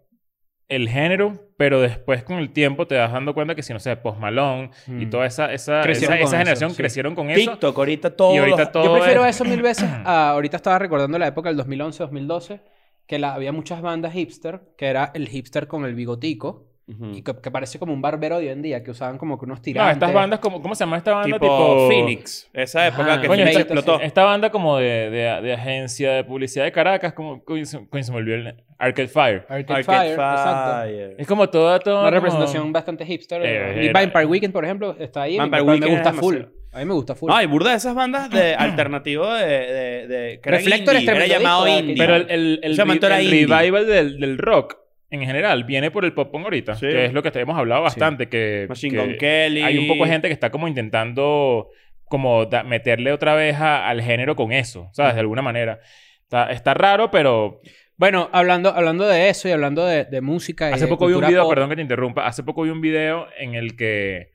[SPEAKER 2] el género, pero después con el tiempo te das dando cuenta que si no sé, Post Malone y
[SPEAKER 4] Mm.
[SPEAKER 2] toda esa, esa,
[SPEAKER 4] Crecieron
[SPEAKER 2] esa, esa
[SPEAKER 4] con eso,
[SPEAKER 2] generación
[SPEAKER 4] sí.
[SPEAKER 2] crecieron con eso.
[SPEAKER 3] TikTok, ahorita todos
[SPEAKER 2] Y ahorita
[SPEAKER 3] los-
[SPEAKER 2] todo
[SPEAKER 4] Yo prefiero
[SPEAKER 2] es-
[SPEAKER 4] eso mil veces. a- ahorita estaba recordando la época del 2011, 2012, que la, había muchas bandas hipster, que era el hipster con el bigotico,
[SPEAKER 3] Ujú.
[SPEAKER 4] y que, que parece como un barbero de hoy en día, que usaban como que unos
[SPEAKER 2] Mm. No,
[SPEAKER 4] tirantes.
[SPEAKER 2] estas bandas, como, ¿cómo se llama esta banda?
[SPEAKER 3] tipo, Phoenix. Esa época
[SPEAKER 4] Ajá.
[SPEAKER 3] que
[SPEAKER 2] Coño,
[SPEAKER 3] Phoenix
[SPEAKER 2] esta,
[SPEAKER 3] explotó.
[SPEAKER 2] esta banda como de, de- de agencia de publicidad de Caracas, como coño, se- coño, se me olvidó el nombre. Arcade Fire.
[SPEAKER 4] Arcade,
[SPEAKER 3] Arcade
[SPEAKER 4] Fire, exacto.
[SPEAKER 3] Fire.
[SPEAKER 2] Es como toda, toda
[SPEAKER 4] Una
[SPEAKER 2] como-
[SPEAKER 4] representación bastante hipster.
[SPEAKER 2] Eh,
[SPEAKER 4] y
[SPEAKER 2] era-
[SPEAKER 4] Vampire Weekend, por ejemplo, está ahí.
[SPEAKER 3] Vampire
[SPEAKER 4] Vampire Weekend me
[SPEAKER 3] Weekend
[SPEAKER 4] gusta
[SPEAKER 3] es
[SPEAKER 4] full.
[SPEAKER 3] demasiado.
[SPEAKER 4] A mí me gusta full.
[SPEAKER 3] No, hay burda de esas bandas de alternativo de, de, de que eran
[SPEAKER 4] Reflector es
[SPEAKER 3] indie, era
[SPEAKER 4] tremendo
[SPEAKER 3] llamado
[SPEAKER 4] disco de
[SPEAKER 3] indie.
[SPEAKER 4] aquel-
[SPEAKER 2] Pero el, el, el,
[SPEAKER 3] Se llama
[SPEAKER 2] re-
[SPEAKER 3] Tora
[SPEAKER 2] el
[SPEAKER 3] Indie.
[SPEAKER 2] revival del, del rock en general viene por el pop punk ahorita,
[SPEAKER 3] Sí.
[SPEAKER 2] que es lo que te hemos hablado bastante. Que,
[SPEAKER 3] Machine
[SPEAKER 2] que
[SPEAKER 3] Gun Kelly.
[SPEAKER 2] Hay un poco de gente que está como intentando como da- meterle otra vez a- al género con eso, ¿sabes? De alguna manera. Está, está raro, pero
[SPEAKER 4] Bueno, hablando, hablando de eso y hablando de, de música. y
[SPEAKER 2] Hace
[SPEAKER 4] de
[SPEAKER 2] poco vi un
[SPEAKER 4] Eh, cultura
[SPEAKER 2] video,
[SPEAKER 4] pop,
[SPEAKER 2] perdón que te interrumpa, hace poco vi un video en el que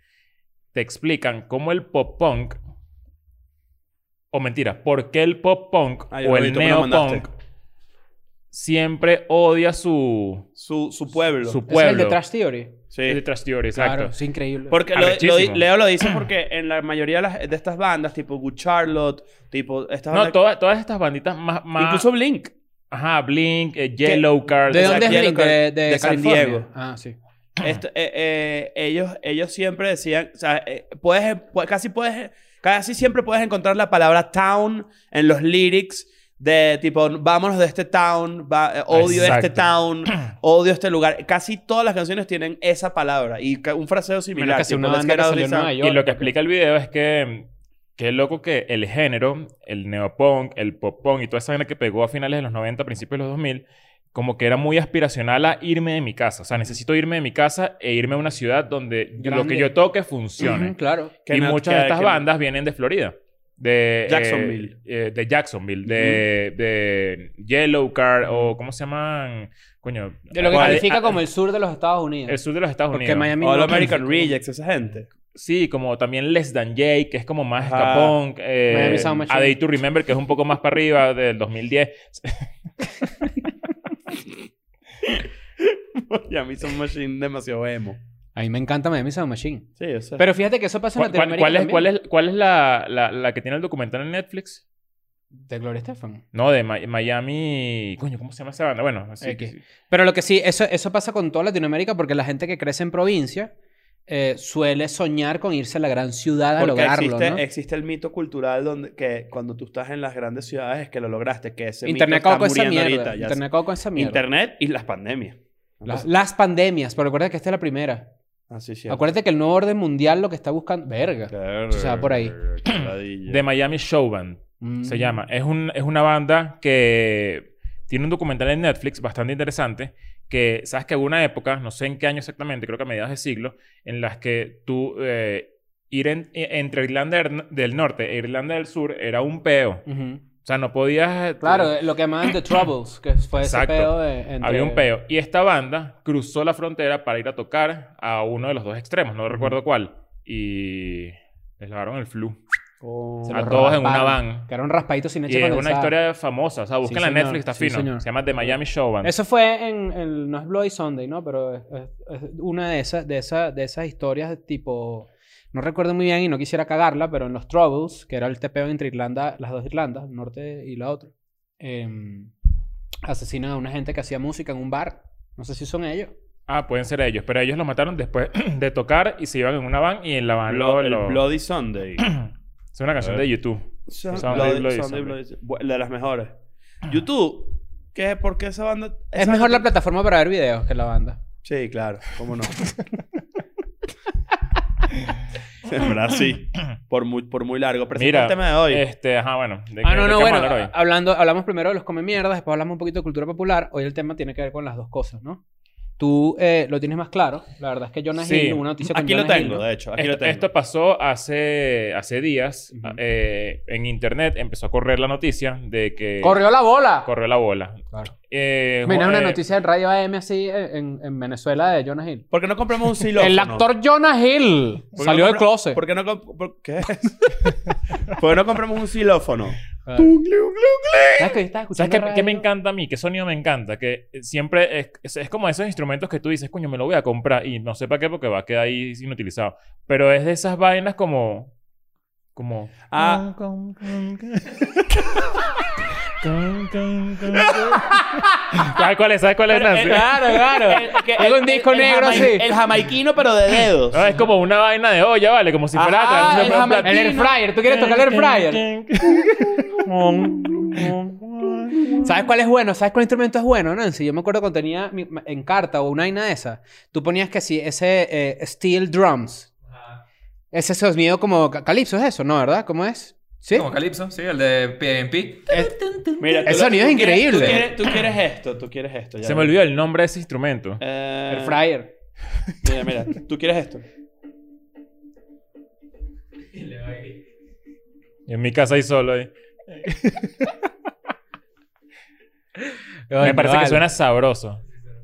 [SPEAKER 2] te explican cómo el pop punk, o mentira, por qué el pop punk
[SPEAKER 3] Ah, yo
[SPEAKER 2] o
[SPEAKER 3] lo vi,
[SPEAKER 2] el
[SPEAKER 3] tú me lo
[SPEAKER 2] neo
[SPEAKER 3] mandaste.
[SPEAKER 2] punk siempre odia su,
[SPEAKER 3] Su, su pueblo.
[SPEAKER 2] su
[SPEAKER 4] Es el
[SPEAKER 2] pueblo.
[SPEAKER 4] de Trash Theory.
[SPEAKER 3] Sí.
[SPEAKER 2] El de Trash Theory, exacto.
[SPEAKER 4] Claro, es increíble.
[SPEAKER 3] Porque lo- lo,
[SPEAKER 2] Arrechísimo.
[SPEAKER 3] Leo lo dice porque en la mayoría de, las- de estas bandas, tipo Good Charlotte, tipo estas
[SPEAKER 2] No,
[SPEAKER 3] bandas-
[SPEAKER 2] todas, todas estas banditas más... más
[SPEAKER 3] incluso Blink.
[SPEAKER 2] Ajá, Blink, eh, Yellow Card.
[SPEAKER 4] ¿De dónde
[SPEAKER 3] San
[SPEAKER 4] es Blink?
[SPEAKER 3] Diego,
[SPEAKER 4] De, de
[SPEAKER 3] de San
[SPEAKER 4] California.
[SPEAKER 3] Diego.
[SPEAKER 4] Ah, sí.
[SPEAKER 3] Esto- eh, eh, ellos, ellos siempre decían, o sea, eh, puedes, pu- casi puedes, casi siempre puedes encontrar la palabra town en los lyrics de tipo, vámonos de este town, va- eh, odio este
[SPEAKER 2] Exacto.
[SPEAKER 3] town, odio este lugar. Casi todas las canciones tienen esa palabra y ca- un fraseo
[SPEAKER 4] Menos
[SPEAKER 3] similar.
[SPEAKER 4] que sea
[SPEAKER 3] tipo,
[SPEAKER 4] una
[SPEAKER 3] "Let's
[SPEAKER 4] banda
[SPEAKER 3] get
[SPEAKER 4] que
[SPEAKER 3] out
[SPEAKER 4] salió
[SPEAKER 3] this
[SPEAKER 4] en
[SPEAKER 3] town".
[SPEAKER 4] Nueva
[SPEAKER 2] Y
[SPEAKER 4] York.
[SPEAKER 2] lo que explica el video es que... Qué loco que el género, el neopunk, el pop-punk y toda esa vaina que pegó a finales de los 90, principios de los 2000, como que era muy aspiracional a irme de mi casa. O sea, necesito irme de mi casa e irme a una ciudad donde lo que
[SPEAKER 4] Grande.
[SPEAKER 2] yo toque funcione.
[SPEAKER 4] Ujú, claro.
[SPEAKER 3] Que
[SPEAKER 2] y
[SPEAKER 3] no-
[SPEAKER 2] muchas
[SPEAKER 3] que-
[SPEAKER 2] de estas
[SPEAKER 3] que-
[SPEAKER 2] bandas vienen de Florida. De, eh,
[SPEAKER 3] Jacksonville.
[SPEAKER 2] eh, de Jacksonville. De, de Yellow Card o... ¿Cómo se llaman? Coño.
[SPEAKER 4] De lo que
[SPEAKER 2] Ah,
[SPEAKER 4] califica
[SPEAKER 2] ah,
[SPEAKER 4] como el sur de los Estados Unidos.
[SPEAKER 2] el sur de los Estados
[SPEAKER 4] Porque
[SPEAKER 2] Unidos.
[SPEAKER 4] Miami
[SPEAKER 3] All
[SPEAKER 4] no-
[SPEAKER 3] American Rejects, esa gente.
[SPEAKER 2] Sí, como también Less Than Jay, que es como más
[SPEAKER 3] Ajá.
[SPEAKER 2] escapón. eh,
[SPEAKER 4] Miami Sound Machine.
[SPEAKER 2] A Day to Remember, que es un poco más para arriba, del 2010.
[SPEAKER 3] y a mí son machine demasiado emo.
[SPEAKER 4] A mí me encanta Miami Sound Machine.
[SPEAKER 3] Sí, yo sé.
[SPEAKER 4] Pero fíjate que eso pasa
[SPEAKER 2] ¿Cuál,
[SPEAKER 4] en
[SPEAKER 2] cuál-
[SPEAKER 4] Latinoamérica
[SPEAKER 2] cuál es,
[SPEAKER 4] también.
[SPEAKER 2] cuál es, cuál es la, la, la que tiene el documental en Netflix?
[SPEAKER 4] De Gloria Estefan.
[SPEAKER 2] No, de Mi- Miami... Coño, ¿cómo se llama esa banda? Bueno, así
[SPEAKER 4] X.
[SPEAKER 2] que-
[SPEAKER 4] Pero lo que sí, eso, eso pasa con toda Latinoamérica porque la gente que crece en provincia eh, suele soñar con irse a la gran ciudad a
[SPEAKER 3] Porque
[SPEAKER 4] lograrlo,
[SPEAKER 3] existe, este
[SPEAKER 4] ¿no?
[SPEAKER 3] existe el mito cultural donde que cuando tú estás en las grandes ciudades es que lo lograste, que ese
[SPEAKER 4] Internet
[SPEAKER 3] mito
[SPEAKER 4] acabó
[SPEAKER 3] está
[SPEAKER 4] con esa
[SPEAKER 3] muriendo
[SPEAKER 4] mierda.
[SPEAKER 3] ahorita. ya
[SPEAKER 4] Internet
[SPEAKER 3] sé.
[SPEAKER 4] acabó con esa mierda.
[SPEAKER 3] Internet y las pandemias.
[SPEAKER 4] Las, las pandemias, pero recuerda que esta es la primera.
[SPEAKER 3] Así sí.
[SPEAKER 4] Acuérdate que el nuevo orden mundial lo que está buscando. Verga.
[SPEAKER 3] Claro,
[SPEAKER 4] O sea, por ahí.
[SPEAKER 3] qué ladilla.
[SPEAKER 2] De Miami Show Band.
[SPEAKER 4] Mm.
[SPEAKER 2] Se llama. Es, un, es una banda que tiene un documental en Netflix bastante interesante. Que sabes que hubo una época, no sé en qué año exactamente, creo que a mediados de siglo, en las que tú eh, ir en- e- entre Irlanda del- del Norte e Irlanda del Sur era un peo. O
[SPEAKER 4] Ujú.
[SPEAKER 2] sea, no podías. eh,
[SPEAKER 4] Claro, eh, lo que llamaban The Troubles, que fue ese
[SPEAKER 2] Exacto.
[SPEAKER 4] pedo de, entre-
[SPEAKER 2] Había un peo. Y esta banda cruzó la frontera para ir a tocar a uno de los dos extremos, no recuerdo cuál. Y les lavaron el flu
[SPEAKER 4] Se
[SPEAKER 2] a
[SPEAKER 4] los
[SPEAKER 2] todos en una
[SPEAKER 4] rasparon.
[SPEAKER 2] van.
[SPEAKER 4] Que era un raspadito sin
[SPEAKER 2] Y
[SPEAKER 4] leche
[SPEAKER 2] es una
[SPEAKER 4] condensada.
[SPEAKER 2] historia famosa. O sea, busquen la
[SPEAKER 4] señor.
[SPEAKER 2] Netflix, está
[SPEAKER 4] Sí,
[SPEAKER 2] fino.
[SPEAKER 4] señor.
[SPEAKER 2] Se llama The Miami Show Band.
[SPEAKER 4] Eso fue en, en- no es Bloody Sunday, ¿no? Pero es, es- es una de esas, de esas, de esas historias de tipo, no recuerdo muy bien y no quisiera cagarla, pero en los Troubles, que era el tepeo entre Irlanda, las dos Irlandas, norte y la otra, em, asesinan a una gente que hacía música en un bar. No sé si son ellos.
[SPEAKER 2] Ah, pueden ser ellos. Pero ellos los mataron después de tocar y se iban en una van y en la van
[SPEAKER 3] Blo-
[SPEAKER 2] lo-
[SPEAKER 3] el
[SPEAKER 2] lo-
[SPEAKER 3] Bloody Sunday.
[SPEAKER 2] Es una canción
[SPEAKER 3] A ver.
[SPEAKER 2] de YouTube.
[SPEAKER 3] Son-
[SPEAKER 2] Sunday,
[SPEAKER 3] Bloody-
[SPEAKER 2] Bloody
[SPEAKER 3] Sunday,
[SPEAKER 2] Sunday.
[SPEAKER 3] Bloody Sun- Bu- De las mejores. YouTube. ¿Qué? ¿Por qué esa banda?
[SPEAKER 4] Es
[SPEAKER 3] esa
[SPEAKER 4] mejor la
[SPEAKER 3] gente-
[SPEAKER 4] plataforma para ver videos que la banda.
[SPEAKER 3] Sí, claro. ¿Cómo no? en verdad, sí. Por muy, por muy largo. Presenta
[SPEAKER 2] Mira,
[SPEAKER 3] el tema de hoy.
[SPEAKER 2] Este, ajá, bueno. ¿de
[SPEAKER 4] Ah,
[SPEAKER 2] qué- de qué
[SPEAKER 4] no, no,
[SPEAKER 2] vamos a
[SPEAKER 4] bueno,
[SPEAKER 2] hablar hoy?
[SPEAKER 4] hablando, hablamos primero de los come mierdas, después hablamos un poquito de cultura popular. Hoy el tema tiene que ver con las dos cosas, ¿no? Tú eh, lo tienes más claro. La verdad es que Jonah
[SPEAKER 2] Sí.
[SPEAKER 4] Hill, una noticia con
[SPEAKER 3] Aquí lo
[SPEAKER 4] Jonah Hill,
[SPEAKER 3] tengo,
[SPEAKER 4] ¿no?
[SPEAKER 3] de hecho. Aquí lo
[SPEAKER 2] Esto,
[SPEAKER 3] tengo.
[SPEAKER 2] esto pasó hace, hace días.
[SPEAKER 4] Ujú.
[SPEAKER 2] eh, en internet empezó a correr la noticia de que...
[SPEAKER 4] ¡Corrió la bola!
[SPEAKER 2] eh, corrió la bola.
[SPEAKER 4] Claro.
[SPEAKER 2] Eh,
[SPEAKER 4] Mira,
[SPEAKER 2] jo-
[SPEAKER 4] una
[SPEAKER 2] eh,
[SPEAKER 4] noticia en Radio AM así en- en, en Venezuela de Jonah Hill.
[SPEAKER 3] ¿Por qué no compramos un xilófono?
[SPEAKER 4] El actor Jonah Hill
[SPEAKER 3] ¿Por qué
[SPEAKER 4] salió
[SPEAKER 3] no
[SPEAKER 4] del
[SPEAKER 3] compra-
[SPEAKER 4] closet.
[SPEAKER 3] ¿Por qué no, comp- por- ¿qué? ¿Por qué no compramos un xilófono?
[SPEAKER 4] Claro. ¿Sabes que estás
[SPEAKER 2] ¿Sabes
[SPEAKER 4] escuchando
[SPEAKER 2] qué, qué me
[SPEAKER 4] radio?
[SPEAKER 2] encanta a mí? ¿Qué sonido me encanta? Que eh, siempre es, es- es como esos instrumentos que tú dices, coño, me lo voy a comprar y no sé para qué porque va a quedar ahí inutilizado. Pero es de esas vainas como... Como...
[SPEAKER 3] Ah,
[SPEAKER 2] ¿Sabes cuál es? ¿Sabes cuál es, Nancy?
[SPEAKER 4] Claro, claro. Algo un disco negro
[SPEAKER 3] jama-
[SPEAKER 4] así.
[SPEAKER 3] El jamaiquino, pero de dedos.
[SPEAKER 2] No, Ah, es como una vaina de olla, ¿vale? Como si fuera...
[SPEAKER 3] Ajá,
[SPEAKER 2] atrás,
[SPEAKER 3] Ah, el
[SPEAKER 2] un
[SPEAKER 3] jamaiquino.
[SPEAKER 4] El air fryer. ¿Tú quieres tocar el air fryer? ¿Sabes cuál es bueno? ¿Sabes cuál instrumento es bueno, Nancy? Yo me acuerdo cuando tenía mi- en carta o una vaina de esa. Tú ponías que sí, ese eh, steel drums. Ese sonido como ca- calipso, ¿es eso? ¿No, verdad? ¿Cómo es? ¿Sí?
[SPEAKER 5] Como Calypso, sí, el de PMP.
[SPEAKER 3] Mira, tú
[SPEAKER 4] El
[SPEAKER 3] lo-
[SPEAKER 4] sonido
[SPEAKER 3] tú
[SPEAKER 4] es
[SPEAKER 3] quieres-
[SPEAKER 4] increíble.
[SPEAKER 3] tú, quieres, tú quieres esto, tú quieres esto. ya
[SPEAKER 2] Se me
[SPEAKER 3] ves.
[SPEAKER 2] olvidó el nombre de ese instrumento.
[SPEAKER 3] Eh,
[SPEAKER 4] El fryer.
[SPEAKER 3] Mira, mira, tú quieres esto.
[SPEAKER 2] Y en mi casa ahí solo. ahí.
[SPEAKER 4] Ay,
[SPEAKER 2] Me parece que
[SPEAKER 4] vale.
[SPEAKER 2] suena sabroso.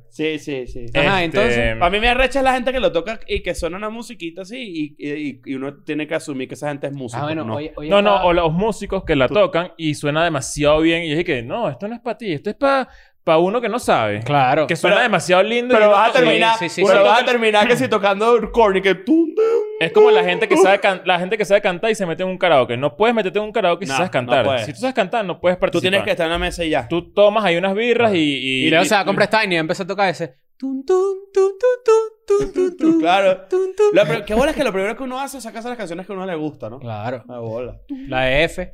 [SPEAKER 3] Sí, sí, sí.
[SPEAKER 2] Este,
[SPEAKER 4] Ajá, entonces,
[SPEAKER 3] A mí me arrecha la gente que lo toca y que suena una musiquita así y, y- y uno tiene que asumir que esa gente es música.
[SPEAKER 4] Ah, bueno,
[SPEAKER 3] no.
[SPEAKER 4] hoy, hoy
[SPEAKER 2] No, no,
[SPEAKER 4] estaba-
[SPEAKER 2] o los músicos que la tocan y suena demasiado bien. Y yo dije que no, esto no es para ti, esto es para para uno que no sabe.
[SPEAKER 4] Claro.
[SPEAKER 2] Que suena
[SPEAKER 3] Pero-
[SPEAKER 2] demasiado lindo. y
[SPEAKER 3] Pero
[SPEAKER 2] uno
[SPEAKER 3] vas a
[SPEAKER 2] como-
[SPEAKER 3] terminar,
[SPEAKER 4] sí, sí,
[SPEAKER 3] pero
[SPEAKER 2] sí.
[SPEAKER 3] vas a terminar que si tocando corny que tú
[SPEAKER 2] Es como la gente que sabe can- la gente que sabe cantar y se mete en un karaoke. No puedes meterte en un karaoke si
[SPEAKER 3] No,
[SPEAKER 2] sabes
[SPEAKER 3] no
[SPEAKER 2] cantar.
[SPEAKER 3] puedes.
[SPEAKER 2] si tú sabes cantar, no puedes
[SPEAKER 3] Tú
[SPEAKER 2] participar.
[SPEAKER 3] tienes que estar en la mesa y ya.
[SPEAKER 2] Tú tomas ahí unas birras y... y-
[SPEAKER 4] Y luego
[SPEAKER 2] y-
[SPEAKER 4] se va a comprar esta vaina y empezó a tocar ese. Tun, tun, tun, tun, tun, tun, tun,
[SPEAKER 3] Claro.
[SPEAKER 4] tun, tun.
[SPEAKER 3] Lo pri- qué bola es que lo primero que uno hace es sacarse las canciones que a uno le gusta, ¿no?
[SPEAKER 4] Claro.
[SPEAKER 3] Ah, bola.
[SPEAKER 4] La de F.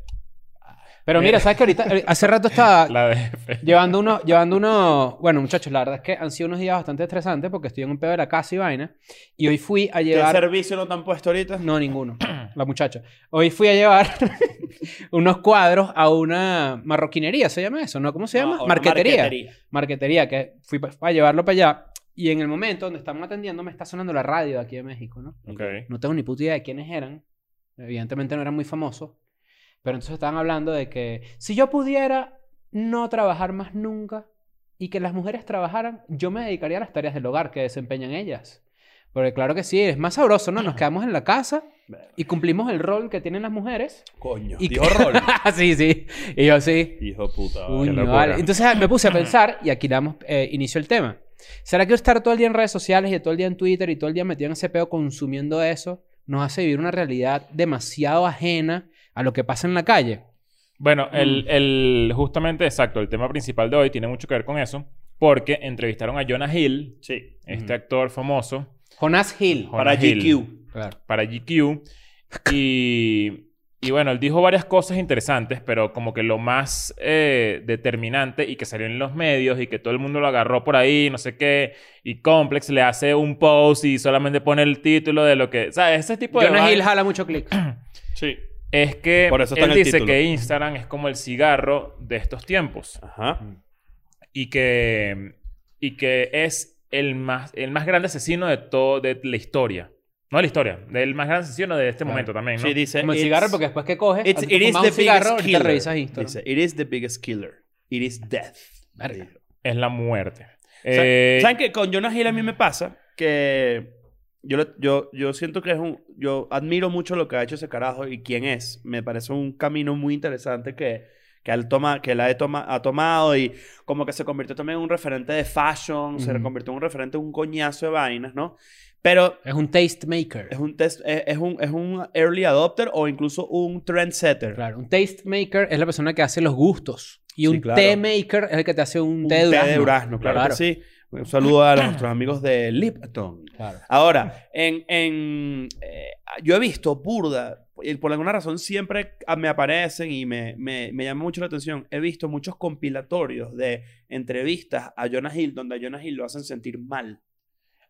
[SPEAKER 4] Pero mira, ¿sabes qué? Ahorita, eh, hace rato estaba
[SPEAKER 2] La DF.
[SPEAKER 4] llevando uno, llevando uno. Bueno, muchachos, la verdad es que han sido unos días bastante estresantes porque estoy en un pedo de la casa y vaina. Y hoy fui a
[SPEAKER 3] ¿Qué
[SPEAKER 4] llevar.
[SPEAKER 3] servicio no te han puesto ahorita?
[SPEAKER 4] No, ninguno. La muchacha. Hoy fui a llevar unos cuadros a una marroquinería, ¿se llama eso? ¿No? ¿Cómo se llama?
[SPEAKER 3] No, o
[SPEAKER 4] marquetería. Marquetería, que fui pa- a llevarlo para allá. Y en el momento donde estaban atendiendo me está sonando la radio de aquí de México, ¿no?
[SPEAKER 2] Ok.
[SPEAKER 4] No tengo ni puta idea de quiénes eran. Evidentemente no eran muy famosos. Pero entonces estaban hablando de que si yo pudiera no trabajar más nunca y que las mujeres trabajaran, yo me dedicaría a las tareas del hogar que desempeñan ellas. Porque claro que sí, es más sabroso, ¿no? Nos quedamos en la casa y cumplimos el rol que tienen las mujeres.
[SPEAKER 3] Coño.
[SPEAKER 4] Y-
[SPEAKER 3] Dijo rol.
[SPEAKER 4] sí, sí. Y yo sí.
[SPEAKER 3] Hijo puta.
[SPEAKER 4] Uy,
[SPEAKER 2] qué
[SPEAKER 4] no
[SPEAKER 2] locura.
[SPEAKER 4] vale. Entonces ah, me puse a pensar y aquí damos eh, inicio el tema. ¿Será que estar todo el día en redes sociales y todo el día en Twitter y todo el día metido en ese peo consumiendo eso nos hace vivir una realidad demasiado ajena a lo que pasa en la calle?
[SPEAKER 2] Bueno, el,
[SPEAKER 4] mm.
[SPEAKER 2] el- justamente exacto, el tema principal de hoy tiene mucho que ver con eso, porque entrevistaron a Jonah Hill,
[SPEAKER 3] Sí.
[SPEAKER 2] este actor famoso,
[SPEAKER 4] Jonas Hill.
[SPEAKER 2] Jonah
[SPEAKER 3] Para
[SPEAKER 2] Hill,
[SPEAKER 3] GQ.
[SPEAKER 4] Claro.
[SPEAKER 2] para GQ, y, y bueno, él dijo varias cosas interesantes, pero como que lo más eh, determinante y que salió en los medios y que todo el mundo lo agarró por ahí, no sé qué, y Complex le hace un post y solamente pone el título de lo que, ¿sabes? Ese
[SPEAKER 3] Pues,
[SPEAKER 2] tipo de...
[SPEAKER 4] Jonas
[SPEAKER 2] vaina-
[SPEAKER 4] Hill jala mucho clic.
[SPEAKER 3] Sí.
[SPEAKER 2] Es que
[SPEAKER 3] Por eso está
[SPEAKER 2] él
[SPEAKER 3] en el
[SPEAKER 2] dice
[SPEAKER 3] título.
[SPEAKER 2] que Instagram es como el cigarro de estos tiempos
[SPEAKER 3] Ajá.
[SPEAKER 2] y que, y que es el más, el más grande asesino de todo de la historia. No de la historia, del más grande asesino de este
[SPEAKER 4] Claro.
[SPEAKER 2] momento también, ¿no?
[SPEAKER 3] Sí, dice.
[SPEAKER 4] Como el
[SPEAKER 3] it's-
[SPEAKER 4] cigarro, porque después que coges,
[SPEAKER 3] it's-
[SPEAKER 4] a ti
[SPEAKER 3] it
[SPEAKER 4] te
[SPEAKER 3] is
[SPEAKER 4] fumas
[SPEAKER 3] the
[SPEAKER 4] un cigarro,
[SPEAKER 3] biggest
[SPEAKER 4] ahorita
[SPEAKER 3] killer.
[SPEAKER 4] revisas Instagram.
[SPEAKER 3] Dice, it is the biggest killer. It is death.
[SPEAKER 4] Verga.
[SPEAKER 3] Dijo.
[SPEAKER 2] Es la muerte.
[SPEAKER 3] Sa-
[SPEAKER 2] Eh,
[SPEAKER 3] ¿Saben que con Jonah Hill a mí me pasa que yo, le- yo, yo siento que es un... Yo admiro mucho lo que ha hecho ese carajo y quién es. Me parece un camino muy interesante que, que, él, toma, que él ha, toma- ha tomado y como que se convirtió también en un referente de fashion, se
[SPEAKER 4] Ujú.
[SPEAKER 3] convirtió en un referente, un coñazo de vainas, ¿no? Pero
[SPEAKER 4] Es un taste maker.
[SPEAKER 3] es un, test, es, es un, es un early adopter o incluso un trendsetter.
[SPEAKER 4] Claro, un taste maker es la persona que hace los gustos. Y
[SPEAKER 3] Sí,
[SPEAKER 4] un
[SPEAKER 3] claro.
[SPEAKER 4] té maker es el que te hace un,
[SPEAKER 3] Un
[SPEAKER 4] té de durazno.
[SPEAKER 3] claro, que sí. Un saludo a nuestros amigos de Lipton.
[SPEAKER 4] Claro.
[SPEAKER 3] Ahora, en, en, eh, yo he visto burda, y por alguna razón siempre a- me aparecen y me, me, me llama mucho la atención. He visto muchos compilatorios de entrevistas a Jonah Hill donde a Jonah Hill lo hacen sentir mal.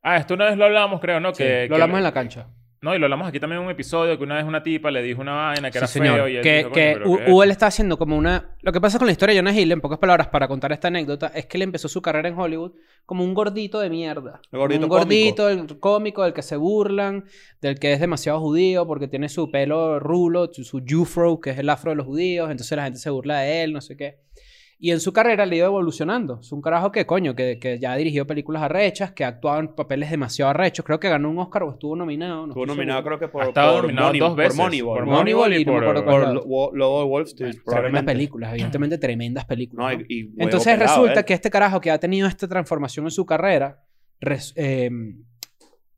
[SPEAKER 2] ah, esto una vez lo hablábamos, creo, ¿no?
[SPEAKER 4] Sí,
[SPEAKER 2] que,
[SPEAKER 4] lo hablamos en la cancha.
[SPEAKER 2] No, y lo hablamos aquí también en un episodio que una vez una tipa le dijo una vaina que
[SPEAKER 4] Sí,
[SPEAKER 2] era
[SPEAKER 4] señor.
[SPEAKER 2] feo y él
[SPEAKER 4] que
[SPEAKER 2] dijo, "Coño,
[SPEAKER 4] que
[SPEAKER 2] pero
[SPEAKER 4] U-
[SPEAKER 2] ¿qué es
[SPEAKER 4] Hugo
[SPEAKER 2] esto?".
[SPEAKER 4] le está haciendo como una... Lo que pasa con la historia de Jonah Hill, en pocas palabras, para contar esta anécdota, es que él empezó su carrera en Hollywood como un gordito de mierda.
[SPEAKER 3] El gordito
[SPEAKER 4] un gordito, el cómico, del que se burlan, del que es demasiado judío porque tiene su pelo rulo, su, su jufro, que es el afro de los judíos, entonces la gente se burla de él, no sé qué. Y en su carrera le iba evolucionando. Es un carajo que, coño, que, que ya dirigió películas arrechas, que actuaba en papeles demasiado arrechos. Creo que ganó un Oscar o estuvo nominado. no
[SPEAKER 3] Estuvo
[SPEAKER 4] estoy
[SPEAKER 3] nominado
[SPEAKER 4] seguro.
[SPEAKER 3] creo que
[SPEAKER 2] Ha
[SPEAKER 3] por,
[SPEAKER 2] estado
[SPEAKER 3] por
[SPEAKER 2] nominado
[SPEAKER 3] Money-
[SPEAKER 2] dos
[SPEAKER 3] por
[SPEAKER 2] veces.
[SPEAKER 3] Moneyball,
[SPEAKER 2] Por
[SPEAKER 3] ¿no?
[SPEAKER 2] Moneyball
[SPEAKER 4] Moneyball
[SPEAKER 2] y
[SPEAKER 4] y no me
[SPEAKER 2] por...
[SPEAKER 4] acuerdo cuál.
[SPEAKER 3] Por
[SPEAKER 4] Claro.
[SPEAKER 3] Lo- Wo- Lobo de Wall Street,
[SPEAKER 4] Tremendas
[SPEAKER 3] probablemente.
[SPEAKER 4] películas, evidentemente tremendas películas.
[SPEAKER 3] No,
[SPEAKER 4] ¿no?
[SPEAKER 3] y- y huevo
[SPEAKER 4] Entonces
[SPEAKER 3] pelado,
[SPEAKER 4] resulta
[SPEAKER 3] ¿eh?
[SPEAKER 4] que este carajo que ha tenido esta transformación en su carrera, res- eh,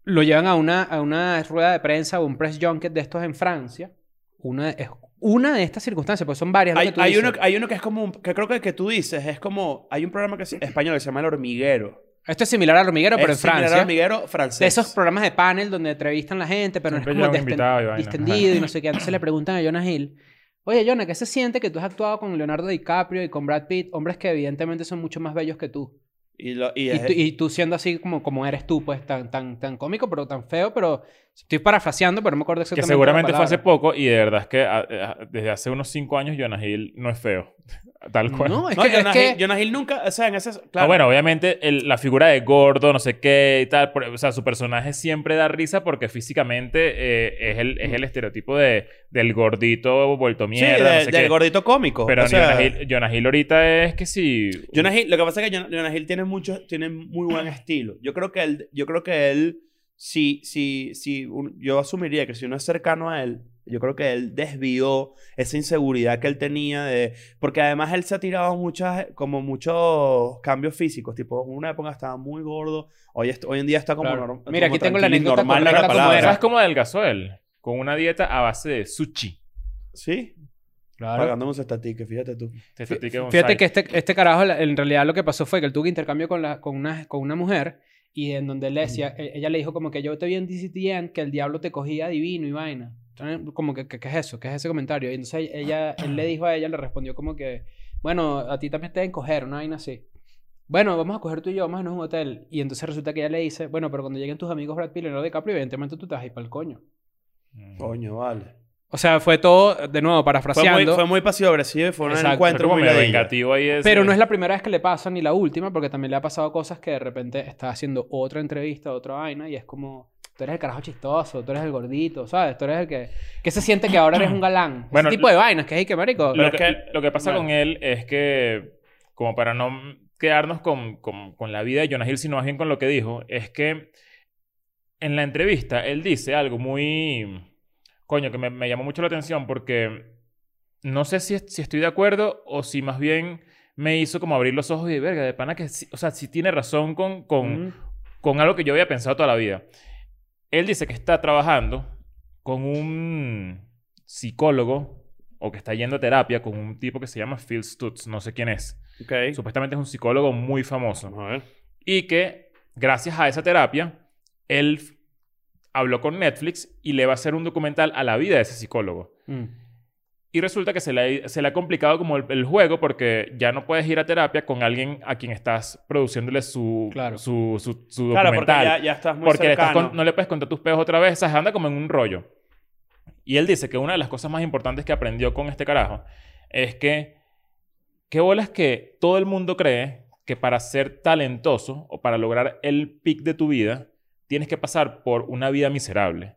[SPEAKER 4] lo llevan a una, a una rueda de prensa o un press junket de estos en Francia. Una, es una de estas circunstancias, pues son varias. lo
[SPEAKER 3] Hay,
[SPEAKER 4] que tú
[SPEAKER 3] hay
[SPEAKER 4] dices.
[SPEAKER 3] uno, hay uno que es como, un- que creo que el que tú dices, es como, hay un programa que es español que se llama El Hormiguero.
[SPEAKER 4] Esto es similar al hormiguero, pero
[SPEAKER 3] Es
[SPEAKER 4] en
[SPEAKER 3] similar al
[SPEAKER 4] Francia.
[SPEAKER 3] Hormiguero francés.
[SPEAKER 4] de esos programas de panel donde entrevistan a la gente, pero no es
[SPEAKER 2] Siempre
[SPEAKER 4] como
[SPEAKER 2] llevan
[SPEAKER 4] desten-
[SPEAKER 2] invitado y vaina,
[SPEAKER 4] distendido y no sé qué. Entonces le preguntan a Jonah Hill, oye, Jonah, ¿qué se siente que tú has actuado con Leonardo DiCaprio y con Brad Pitt? Hombres que evidentemente son mucho más bellos que tú.
[SPEAKER 3] Y, lo- y
[SPEAKER 4] Y,
[SPEAKER 3] es-
[SPEAKER 4] tú, y tú siendo así como, como eres tú, pues tan, tan, tan cómico, pero tan feo, pero estoy parafraseando, pero no me acuerdo
[SPEAKER 2] Que
[SPEAKER 4] exactamente. la
[SPEAKER 2] seguramente fue hace
[SPEAKER 4] palabra.
[SPEAKER 2] poco y de verdad es que ah, eh, desde hace unos cinco años Jonah Hill no es feo. Tal cual.
[SPEAKER 4] No, es
[SPEAKER 3] No,
[SPEAKER 4] que, es
[SPEAKER 3] Jonah,
[SPEAKER 4] que
[SPEAKER 3] Hill, Jonah Hill nunca, o sea, en ese,
[SPEAKER 2] Ah,
[SPEAKER 3] claro,
[SPEAKER 2] bueno, obviamente el- la figura de gordo, no sé qué y tal. por- o sea, su personaje siempre da risa porque físicamente eh, es, el, es el estereotipo de, del gordito vuelto
[SPEAKER 3] sí,
[SPEAKER 2] mierda,
[SPEAKER 3] de-
[SPEAKER 2] no sé
[SPEAKER 3] del
[SPEAKER 2] qué.
[SPEAKER 3] gordito cómico.
[SPEAKER 2] Pero
[SPEAKER 3] o sea,
[SPEAKER 2] Jonah, Hill, Jonah Hill ahorita es que sí.
[SPEAKER 3] Jonah Hill- lo que pasa es que Jonah, Jonah Hill tiene mucho, tiene muy buen estilo. Yo creo que él, yo creo que él si, si, si un- yo asumiría que si uno es cercano a él, yo creo que él desvió esa inseguridad que él tenía de... Porque además él se ha tirado muchas, como muchos cambios físicos. Tipo, en una época estaba muy gordo. Hoy, est- hoy en día está como...
[SPEAKER 4] Claro.
[SPEAKER 3] norm-
[SPEAKER 4] Mira,
[SPEAKER 3] como
[SPEAKER 4] aquí tengo la
[SPEAKER 3] tranquilo y
[SPEAKER 4] anécdota
[SPEAKER 3] normal era
[SPEAKER 4] correcta como
[SPEAKER 3] palabra.
[SPEAKER 4] era.
[SPEAKER 2] ¿Sabes cómo adelgazó él? Con una dieta a base de sushi.
[SPEAKER 3] Sí,
[SPEAKER 4] Claro.
[SPEAKER 3] pagándome un cestatique, fíjate tú.
[SPEAKER 2] Te- te- te-
[SPEAKER 4] Fíjate que este, este carajo, la- en realidad lo que pasó fue que él tuvo que intercambio con, la, con, una, con una mujer y en donde él le decía, e- ella le dijo como que yo te vi en DCTN que el diablo te cogía divino y vaina. Entonces, Como que, que- ¿qué es eso? ¿Qué es ese comentario? Y entonces ella, él le dijo a ella, le respondió como que, bueno, a ti también te deben coger, una vaina así. Bueno, vamos a coger tú y yo, vamos a irnos a un hotel. Y entonces resulta que ella le dice, bueno, pero cuando lleguen tus amigos Brad Pitt y Leonardo DiCaprio, evidentemente tú te vas a ir para el coño.
[SPEAKER 2] Mm.
[SPEAKER 3] Coño, vale.
[SPEAKER 4] O sea, fue todo, de nuevo,
[SPEAKER 3] Fue muy,
[SPEAKER 4] parafraseando.
[SPEAKER 3] fue muy pasivo-agresivo y fue un
[SPEAKER 4] Exacto.
[SPEAKER 2] Fue
[SPEAKER 3] encuentro
[SPEAKER 2] como
[SPEAKER 3] muy
[SPEAKER 2] medio
[SPEAKER 3] ladilla.
[SPEAKER 2] vengativo ahí ese-
[SPEAKER 4] Pero no es la primera vez que le pasa ni la última, porque también le ha pasado cosas que de repente está haciendo otra entrevista, otra vaina, y es como, tú eres el carajo chistoso, tú eres el gordito, ¿sabes? Tú eres el que... ¿Qué se siente que ahora eres un galán?
[SPEAKER 2] Bueno,
[SPEAKER 4] Ese tipo de vainas, que es ahí que marico.
[SPEAKER 2] Lo
[SPEAKER 3] Pero-
[SPEAKER 2] que, lo que pasa con él es que, como para no quedarnos con, con- con la vida de Jonah Hill, sino más bien con lo que dijo, es que en la entrevista él dice algo muy. Coño, que me, me llamó mucho la atención porque no sé si, si estoy de acuerdo o si más bien me hizo como abrir los ojos y verga, de pana que, sí- o sea, si tiene razón con, con,
[SPEAKER 3] Ujú.
[SPEAKER 2] con algo que yo había pensado toda la vida. Él dice que está trabajando con un psicólogo o que está yendo a terapia con un tipo que se llama Phil Stutz, no sé quién es.
[SPEAKER 3] Ok.
[SPEAKER 2] Supuestamente es un psicólogo muy famoso.
[SPEAKER 3] Vamos a ver.
[SPEAKER 2] Y que gracias a esa terapia, él f- habló con Netflix y le va a hacer un documental a la vida de ese psicólogo.
[SPEAKER 4] Mm.
[SPEAKER 2] Y resulta que se le ha, se le ha complicado como el, el juego porque ya no puedes ir a terapia con alguien a quien estás produciéndole su,
[SPEAKER 4] Claro.
[SPEAKER 2] su, su, su documental.
[SPEAKER 3] Claro, porque ya, ya estás muy
[SPEAKER 2] Porque le estás
[SPEAKER 3] cercano.
[SPEAKER 2] con- no le puedes contar tus peos otra vez, ¿sabes? Anda como en un rollo. Y él dice que una de las cosas más importantes que aprendió con este carajo es que. ¿Qué bolas que todo el mundo cree que para ser talentoso o para lograr el pic de tu vida tienes que pasar por una vida miserable?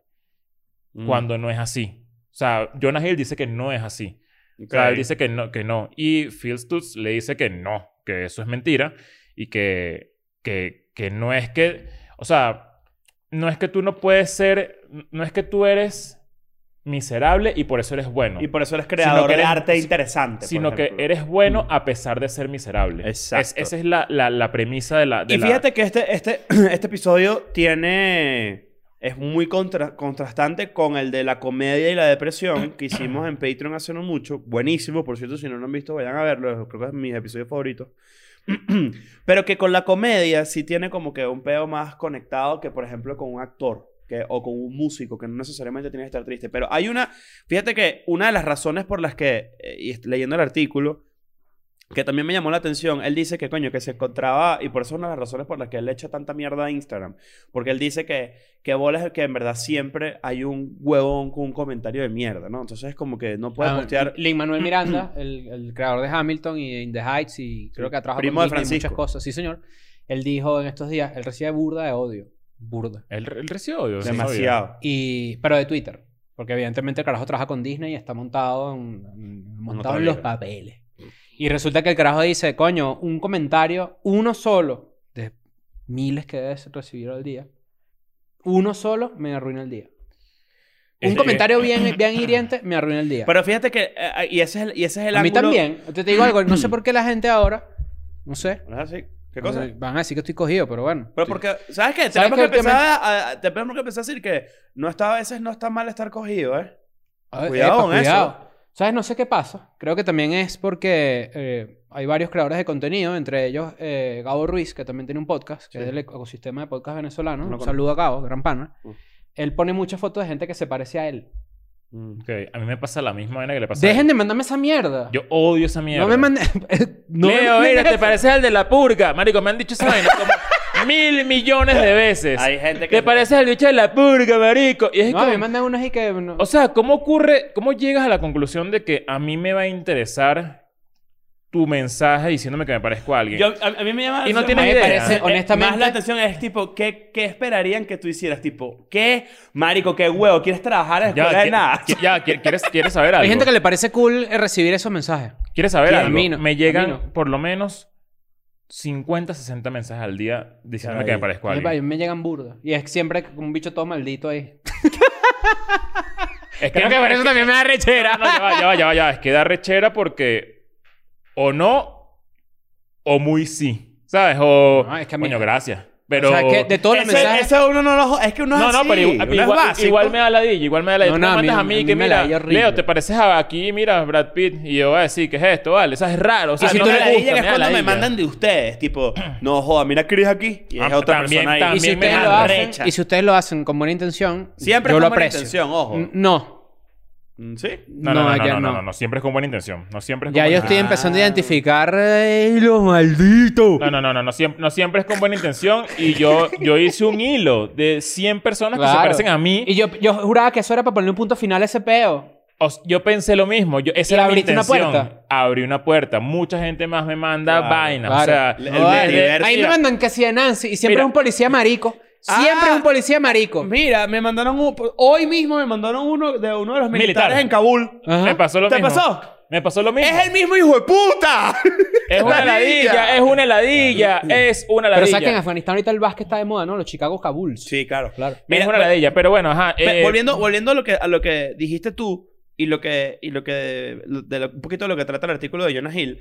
[SPEAKER 3] Mm.
[SPEAKER 2] Cuando no es así. O sea, Jonah Hill dice que no es así.
[SPEAKER 3] Ok.
[SPEAKER 2] O sea, él dice que no, que no. Y Phil Stutz le dice que no, que eso es mentira y que, que, que no es que, o sea, no es que tú no puedes ser, no es que tú eres miserable y por eso eres bueno,
[SPEAKER 3] Y por eso eres creador
[SPEAKER 2] que
[SPEAKER 3] de
[SPEAKER 2] eres- pues,
[SPEAKER 3] arte interesante.
[SPEAKER 2] sino
[SPEAKER 3] por
[SPEAKER 2] que
[SPEAKER 3] ejemplo.
[SPEAKER 2] eres bueno
[SPEAKER 3] Mm.
[SPEAKER 2] a pesar de ser miserable. Es-
[SPEAKER 3] Exacto.
[SPEAKER 2] esa es la, la, la premisa de la... de
[SPEAKER 3] Y
[SPEAKER 2] la-
[SPEAKER 3] fíjate que este, este, este episodio tiene. Es muy contra- contrastante con el de la comedia y la depresión que hicimos en Patreon hace no mucho. Buenísimo, por cierto, si no lo han visto, vayan a verlo. Creo que es mi episodio favorito. Pero que con la comedia sí tiene como que un pedo más conectado que, por ejemplo, con un actor que, o con un músico, que no necesariamente tiene que estar triste. Pero hay una, fíjate que una de las razones por las que, eh, y est- leyendo el artículo, que también me llamó la atención, él dice que, coño, que se encontraba, y por eso es una de las razones por las que él le echa tanta mierda a Instagram, porque él dice que, que bola es el que en verdad siempre hay un huevón con un comentario de mierda, ¿no? Entonces es como que no puede
[SPEAKER 4] Ah,
[SPEAKER 3] postear...
[SPEAKER 4] Lin Manuel Miranda, el, el creador de Hamilton y de In the Heights, y creo que ha trabajado
[SPEAKER 3] Primo de
[SPEAKER 4] Disney y muchas
[SPEAKER 3] Francisco.
[SPEAKER 4] cosas. Sí, señor. Él dijo en estos días, él recibe burda de odio. Burda.
[SPEAKER 2] Él, él recibe odio. sí, obvio.
[SPEAKER 3] Demasiado.
[SPEAKER 4] Y, pero de Twitter. Porque evidentemente el carajo trabaja con Disney y está montado en, en- montado
[SPEAKER 3] otra
[SPEAKER 4] en los
[SPEAKER 3] liga.
[SPEAKER 4] papeles. Y resulta que el carajo dice, coño, un comentario, uno solo, de miles que debes recibir al día, uno solo me arruina el día. Un
[SPEAKER 2] Este-
[SPEAKER 4] comentario bien, bien hiriente me arruina el día.
[SPEAKER 3] eh, Pero fíjate que, eh, y ese es el, y ese es el
[SPEAKER 4] a mí
[SPEAKER 3] ángulo-
[SPEAKER 4] también. Yo te digo algo, no sé por qué la gente ahora, no sé, eh,
[SPEAKER 3] ¿No es así? ¿Qué cosa?
[SPEAKER 4] van a decir que estoy cogido, pero bueno.
[SPEAKER 3] Pero
[SPEAKER 4] estoy-
[SPEAKER 3] porque, ¿sabes qué? Tenemos,
[SPEAKER 4] qué?
[SPEAKER 3] que empezar a, a- tenemos que empezar a decir que no está, a veces no está mal estar cogido, ¿eh?
[SPEAKER 4] Ah,
[SPEAKER 3] Cuidado con eso.
[SPEAKER 4] ¿Sabes? No sé qué pasa. Creo que también es porque eh, hay varios creadores de contenido, entre ellos eh, Gabo Ruiz, que también tiene un podcast, que
[SPEAKER 3] Sí.
[SPEAKER 4] es del ecosistema de podcast venezolano.
[SPEAKER 3] No lo
[SPEAKER 4] un
[SPEAKER 3] conozco.
[SPEAKER 4] saludo a Gabo, gran pana.
[SPEAKER 3] Mm.
[SPEAKER 4] Él pone muchas fotos de gente que se parece a él.
[SPEAKER 2] eh, Ok, A mí me pasa la misma vaina que le pasa a él.
[SPEAKER 4] Dejen de mandarme esa mierda.
[SPEAKER 2] Yo odio esa mierda.
[SPEAKER 4] no me manden. no me
[SPEAKER 2] Leo,
[SPEAKER 4] manden
[SPEAKER 2] mira, te
[SPEAKER 4] eso.
[SPEAKER 2] pareces al de la purga. Marico, me han dicho esa vaina como mil millones de veces.
[SPEAKER 3] Hay gente que...
[SPEAKER 2] Te pareces al bicho de la purga, marico. Y es
[SPEAKER 4] No,
[SPEAKER 2] como-
[SPEAKER 4] me mandan unos y que. no-
[SPEAKER 2] O sea, ¿cómo ocurre, cómo llegas a la conclusión de que a mí me va a interesar tu mensaje diciéndome que me parezco a alguien?
[SPEAKER 3] Yo- a, a mí me llama la
[SPEAKER 2] Y no
[SPEAKER 3] atención-
[SPEAKER 2] tienes
[SPEAKER 3] me
[SPEAKER 2] idea.
[SPEAKER 3] parece,
[SPEAKER 4] Eh, honestamente-
[SPEAKER 3] Más la atención es tipo, ¿qué, ¿qué esperarían que tú hicieras? Tipo, ¿qué? Marico, qué huevo, ¿quieres trabajar en escuela de
[SPEAKER 2] qui-
[SPEAKER 3] nada?
[SPEAKER 2] qui- ya, qui- ¿quieres, quieres saber algo?
[SPEAKER 4] hay gente que le parece cool eh, recibir esos mensajes.
[SPEAKER 2] ¿Quieres saber
[SPEAKER 4] Quiere,
[SPEAKER 2] algo?
[SPEAKER 4] a mí no,
[SPEAKER 2] Me llegan
[SPEAKER 4] a mí no.
[SPEAKER 2] por lo menos 50, 60 mensajes al día diciéndome
[SPEAKER 3] Caray.
[SPEAKER 2] que me parezco a
[SPEAKER 4] Epa, a mí
[SPEAKER 2] alguien.
[SPEAKER 4] me llegan burdas. Y es siempre un bicho todo maldito ahí.
[SPEAKER 2] Es que, por eso también me da rechera. No, ya va, ya va, ya va, ya va. Es que da rechera porque o no o muy sí. ¿Sabes? O...
[SPEAKER 4] No, es que a mí-
[SPEAKER 2] Coño, gracias. Pero...
[SPEAKER 4] O sea, que de todos los
[SPEAKER 3] Ese-
[SPEAKER 4] mensajes...
[SPEAKER 3] ese uno no lo... Es que uno es
[SPEAKER 2] No, no,
[SPEAKER 3] así,
[SPEAKER 2] pero
[SPEAKER 3] uno
[SPEAKER 2] igual,
[SPEAKER 3] es
[SPEAKER 2] igual-
[SPEAKER 3] básico.
[SPEAKER 2] igual me da ladilla, igual me da ladilla. Tú
[SPEAKER 4] No, no, a
[SPEAKER 2] me
[SPEAKER 4] mí-
[SPEAKER 2] mandas a
[SPEAKER 4] a
[SPEAKER 2] mí
[SPEAKER 4] mí
[SPEAKER 2] que
[SPEAKER 4] me
[SPEAKER 2] mira,
[SPEAKER 4] ladilla horrible.
[SPEAKER 2] Leo, te pareces a aquí, mira, Brad Pitt. Y yo voy a decir, ¿qué es esto? Vale, o sea, es raro. O sea,
[SPEAKER 3] Y si
[SPEAKER 2] no
[SPEAKER 3] tú
[SPEAKER 2] me
[SPEAKER 3] le
[SPEAKER 2] gusta,
[SPEAKER 3] digas
[SPEAKER 2] me
[SPEAKER 3] es
[SPEAKER 2] da
[SPEAKER 3] cuando me
[SPEAKER 2] ladilla.
[SPEAKER 3] mandan de ustedes, tipo, no joda, mira a Chris aquí. Y es
[SPEAKER 2] Ah,
[SPEAKER 3] otra
[SPEAKER 2] también,
[SPEAKER 3] persona ahí.
[SPEAKER 4] y, si
[SPEAKER 2] también me
[SPEAKER 4] ustedes lo
[SPEAKER 2] da
[SPEAKER 4] hacen,
[SPEAKER 3] recha.
[SPEAKER 4] y si ustedes lo hacen con buena intención,
[SPEAKER 3] Siempre
[SPEAKER 4] yo
[SPEAKER 3] es
[SPEAKER 4] lo
[SPEAKER 3] con buena
[SPEAKER 4] aprecio.
[SPEAKER 3] intención, ojo.
[SPEAKER 4] N- No,
[SPEAKER 3] Mm, ¿Sí?
[SPEAKER 2] No, no, no, no,
[SPEAKER 4] ya
[SPEAKER 2] no, no, no, Siempre es con buena intención. No siempre es con
[SPEAKER 4] Ya yo
[SPEAKER 2] buena
[SPEAKER 4] estoy
[SPEAKER 2] intención.
[SPEAKER 4] empezando a identificar eh, los malditos.
[SPEAKER 2] No, no, no, no, no, siempre, no siempre es con buena intención. Y yo, yo hice un hilo de 100 personas que se
[SPEAKER 4] Claro.
[SPEAKER 2] parecen a mí.
[SPEAKER 4] Y yo, yo juraba que eso era para ponerle un punto final a ese peo.
[SPEAKER 2] O s- yo pensé lo mismo. Yo, esa
[SPEAKER 4] ¿Y
[SPEAKER 2] era mi
[SPEAKER 4] abriste una
[SPEAKER 2] intención.
[SPEAKER 4] puerta?
[SPEAKER 2] Abrí una puerta. Mucha gente más me manda
[SPEAKER 3] Claro,
[SPEAKER 2] vainas.
[SPEAKER 4] claro.
[SPEAKER 2] O sea,
[SPEAKER 3] El-
[SPEAKER 4] No,
[SPEAKER 3] el
[SPEAKER 4] vale.
[SPEAKER 3] universo,
[SPEAKER 4] Ahí me
[SPEAKER 3] mira.
[SPEAKER 4] mandan que si de Nancy y siempre
[SPEAKER 2] Mira.
[SPEAKER 4] es un policía marico.
[SPEAKER 3] Ah.
[SPEAKER 4] Siempre es un policía marico.
[SPEAKER 3] Mira, me mandaron un- hoy mismo me mandaron uno de uno de los militares
[SPEAKER 2] Militar.
[SPEAKER 3] en Kabul.
[SPEAKER 4] Ajá.
[SPEAKER 2] me pasó lo
[SPEAKER 3] ¿Te
[SPEAKER 2] mismo.
[SPEAKER 3] pasó?
[SPEAKER 2] Me pasó lo mismo.
[SPEAKER 3] Es el mismo hijo de puta.
[SPEAKER 2] Es una heladilla, es una heladilla, es una
[SPEAKER 4] Pero
[SPEAKER 2] heladilla.
[SPEAKER 4] sabes que en Afganistán ahorita el básquet está de moda, ¿no? Los Chicago Bulls.
[SPEAKER 3] Sí, claro.
[SPEAKER 4] Claro.
[SPEAKER 2] es una heladilla, pero bueno, ajá.
[SPEAKER 3] Ve,
[SPEAKER 2] eh,
[SPEAKER 3] volviendo volviendo a, lo que, a lo que dijiste tú y lo que y lo que de lo- un poquito de lo que trata el artículo de Jonah Hill.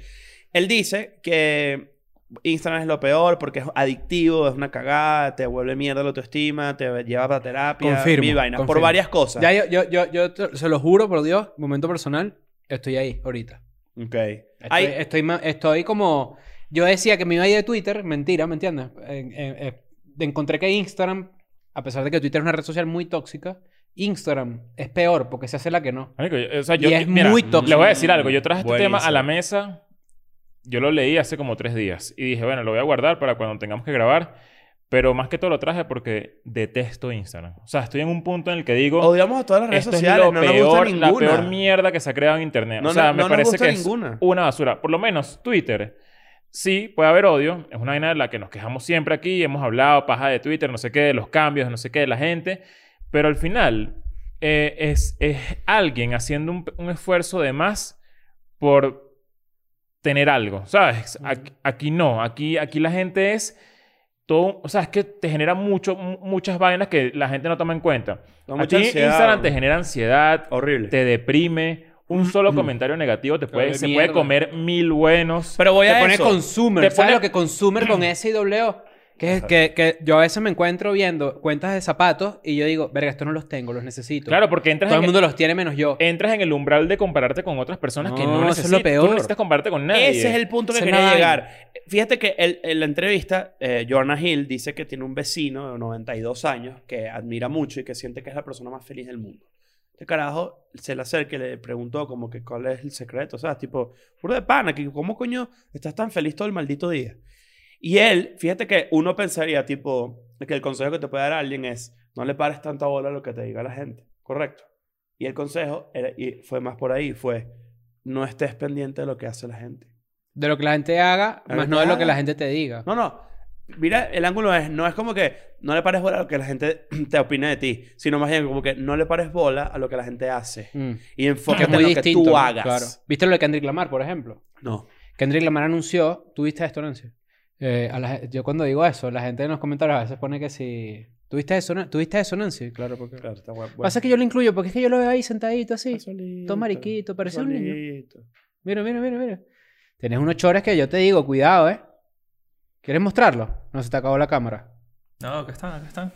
[SPEAKER 3] Él dice que Instagram es lo peor porque es adictivo, es una cagada, te vuelve mierda la autoestima, te lleva para terapia,
[SPEAKER 4] Confirmo,
[SPEAKER 3] mil vainas, por
[SPEAKER 4] confirmo.
[SPEAKER 3] varias cosas.
[SPEAKER 4] Ya yo, yo, yo, yo te- se lo juro por Dios, momento personal, estoy ahí ahorita.
[SPEAKER 3] Ok.
[SPEAKER 4] Estoy,
[SPEAKER 3] Hay-
[SPEAKER 4] estoy, ma- estoy como... Yo decía que me iba a ir de Twitter, mentira, ¿me entiendes? Eh, eh, eh, encontré que Instagram, a pesar de que Twitter es una red social muy tóxica, Instagram es peor porque se hace la que no.
[SPEAKER 2] marico, yo- o sea, yo,
[SPEAKER 4] y es
[SPEAKER 2] mira,
[SPEAKER 4] muy tóxico.
[SPEAKER 2] Les voy a decir algo. Yo traje este
[SPEAKER 3] Buenísimo.
[SPEAKER 2] tema a la mesa. Yo lo leí hace como tres días. Y dije, bueno, lo voy a guardar para cuando tengamos que grabar. Pero más que todo lo traje porque detesto Instagram. O sea, estoy en un punto en el que digo...
[SPEAKER 3] Odiamos a todas las redes
[SPEAKER 2] Esto es
[SPEAKER 3] sociales,
[SPEAKER 2] lo
[SPEAKER 3] no nos gusta
[SPEAKER 2] peor, la
[SPEAKER 3] ninguna.
[SPEAKER 2] peor mierda que se ha creado en internet.
[SPEAKER 3] No,
[SPEAKER 2] o sea,
[SPEAKER 3] no-
[SPEAKER 2] me
[SPEAKER 3] no nos
[SPEAKER 2] parece
[SPEAKER 3] gusta
[SPEAKER 2] que es
[SPEAKER 3] ninguna.
[SPEAKER 2] una basura. Por lo menos Twitter. Sí, puede haber odio. Es una vaina de la que nos quejamos siempre aquí. Hemos hablado paja de Twitter, no sé qué, de los cambios, no sé qué, de la gente. Pero al final eh, es, es alguien haciendo un, un esfuerzo de más por tener algo, ¿sabes? Aquí, aquí no. Aquí, aquí la gente es todo... O sea, es que te genera mucho, mu- muchas vainas que la gente no toma en cuenta.
[SPEAKER 3] No,
[SPEAKER 2] A
[SPEAKER 3] mucha
[SPEAKER 2] ti
[SPEAKER 3] ansiedad.
[SPEAKER 2] Instagram te genera ansiedad,
[SPEAKER 3] Horrible.
[SPEAKER 2] te deprime. Un solo comentario negativo te puede,
[SPEAKER 4] vuelve
[SPEAKER 2] se puede
[SPEAKER 4] mierda.
[SPEAKER 2] comer mil buenos.
[SPEAKER 3] Pero voy
[SPEAKER 4] Te
[SPEAKER 3] a
[SPEAKER 4] pone
[SPEAKER 3] eso.
[SPEAKER 4] consumer.
[SPEAKER 2] Te pone-
[SPEAKER 4] ¿Sabes lo que consumer con S y doble O? Que, es- que, que yo a veces me encuentro viendo cuentas de zapatos y yo digo, verga, estos no los tengo, los necesito.
[SPEAKER 2] claro, porque entras
[SPEAKER 4] Todo
[SPEAKER 2] en,
[SPEAKER 4] el mundo los tiene menos
[SPEAKER 3] Eh,
[SPEAKER 4] yo.
[SPEAKER 2] entras en el umbral de compararte con otras personas que no
[SPEAKER 4] No, eso
[SPEAKER 2] necesitas.
[SPEAKER 4] es lo
[SPEAKER 2] Tú
[SPEAKER 4] peor.
[SPEAKER 2] no necesitas compararte con nadie. Ah,
[SPEAKER 3] Ese es el punto que
[SPEAKER 4] Esa es la
[SPEAKER 3] quería
[SPEAKER 4] vaina.
[SPEAKER 3] llegar. Fíjate que el- en la entrevista, eh, Jonah Hill dice que tiene un vecino de 92 años que admira mucho y que siente que es la persona más feliz del mundo. Este carajo se le acerca y le preguntó como que cuál es el secreto, ¿sabes? Tipo, puro de pana, que cómo coño estás tan feliz todo el maldito día. Y él, fíjate que uno pensaría, tipo, que el consejo que te puede dar alguien es no le pares tanta bola a lo que te diga la gente, ¿correcto? Y el consejo era- y fue más por ahí, fue no estés pendiente de lo que hace la gente.
[SPEAKER 4] De lo que la gente haga,
[SPEAKER 3] La
[SPEAKER 4] más
[SPEAKER 3] gente
[SPEAKER 4] no de lo que
[SPEAKER 3] haga.
[SPEAKER 4] la gente te diga.
[SPEAKER 3] ah. No, no. Mira, el ángulo es, no es como que no le pares bola a lo que la gente te opine de ti, sino más bien como que no le pares bola a lo que la gente hace.
[SPEAKER 4] Mm.
[SPEAKER 3] Y
[SPEAKER 4] Que
[SPEAKER 3] enfócate
[SPEAKER 4] es muy
[SPEAKER 3] en lo
[SPEAKER 4] distinto.
[SPEAKER 3] que tú
[SPEAKER 4] ¿no?
[SPEAKER 3] hagas.
[SPEAKER 4] Claro. ¿Viste lo de Kendrick Lamar, por ejemplo?
[SPEAKER 3] No.
[SPEAKER 4] Kendrick Lamar anunció, ¿tuviste esto, Nancy? Eh, a la gen- yo cuando digo eso, la gente en los comentarios a veces pone que si... ¿Tuviste eso, Nan- ¿tuviste eso Nancy? Claro, porque...
[SPEAKER 3] Claro, está guapo.
[SPEAKER 4] Pasa que yo lo incluyo porque es que yo lo veo ahí sentadito así.
[SPEAKER 3] Está solito,
[SPEAKER 4] todo mariquito,
[SPEAKER 3] está
[SPEAKER 4] parece un niño.
[SPEAKER 3] solito.
[SPEAKER 4] Mira, mira, mira, mira. Tienes unos chores que yo te digo, cuidado, ¿eh? ¿Quieres mostrarlo? No se te acabó la cámara.
[SPEAKER 5] No, acá están, acá están.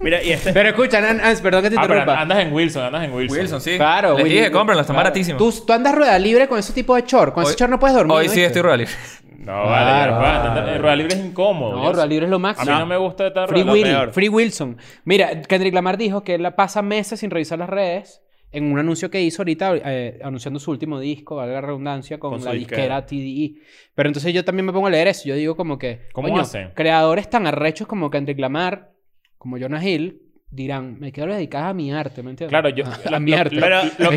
[SPEAKER 3] Mira, y este...
[SPEAKER 4] Pero escucha, Nan- Nancy, perdón que te
[SPEAKER 2] Ah, pero
[SPEAKER 4] interrumpa.
[SPEAKER 2] andas en Wilson, andas en Wilson.
[SPEAKER 5] Wilson, sí.
[SPEAKER 4] Claro,
[SPEAKER 5] Les
[SPEAKER 4] Willy,
[SPEAKER 5] dije, cómprenlo, están
[SPEAKER 4] claro.
[SPEAKER 5] baratísimos.
[SPEAKER 4] Tú, tú andas rueda libre con ese tipo de chor. Con
[SPEAKER 5] Hoy-
[SPEAKER 4] ese chor no puedes dormir.
[SPEAKER 5] Hoy sí
[SPEAKER 4] ¿oíste?
[SPEAKER 5] estoy rueda libre.
[SPEAKER 2] No, vale.
[SPEAKER 4] Claro,
[SPEAKER 2] ya va.
[SPEAKER 4] vale.
[SPEAKER 2] Andar- el Rueda Libre es incómodo.
[SPEAKER 4] No,
[SPEAKER 2] Dios.
[SPEAKER 4] rueda libre es lo
[SPEAKER 2] A
[SPEAKER 4] máximo.
[SPEAKER 2] mí no me gusta estar
[SPEAKER 4] Free
[SPEAKER 2] rueda-
[SPEAKER 3] Will.
[SPEAKER 4] Willy,
[SPEAKER 3] peor.
[SPEAKER 4] Free Wilson. Mira, Kendrick Lamar dijo que él la pasa meses sin revisar las redes en un anuncio que hizo ahorita, eh, anunciando su último disco, valga la redundancia, con,
[SPEAKER 3] Con su
[SPEAKER 4] la
[SPEAKER 3] disquera.
[SPEAKER 4] disquera TDE. Pero entonces yo también me pongo a leer eso. Yo digo como que...
[SPEAKER 2] ¿Cómo
[SPEAKER 4] coño,
[SPEAKER 2] hacen?
[SPEAKER 4] Creadores tan arrechos como Kendrick Lamar, como Jonah Hill, dirán, me quedo dedicada a mi arte, ¿me entiendes? Ah,
[SPEAKER 2] Claro, yo...
[SPEAKER 4] A,
[SPEAKER 2] lo-
[SPEAKER 4] a mi
[SPEAKER 2] lo-
[SPEAKER 4] arte.
[SPEAKER 2] lo- lo-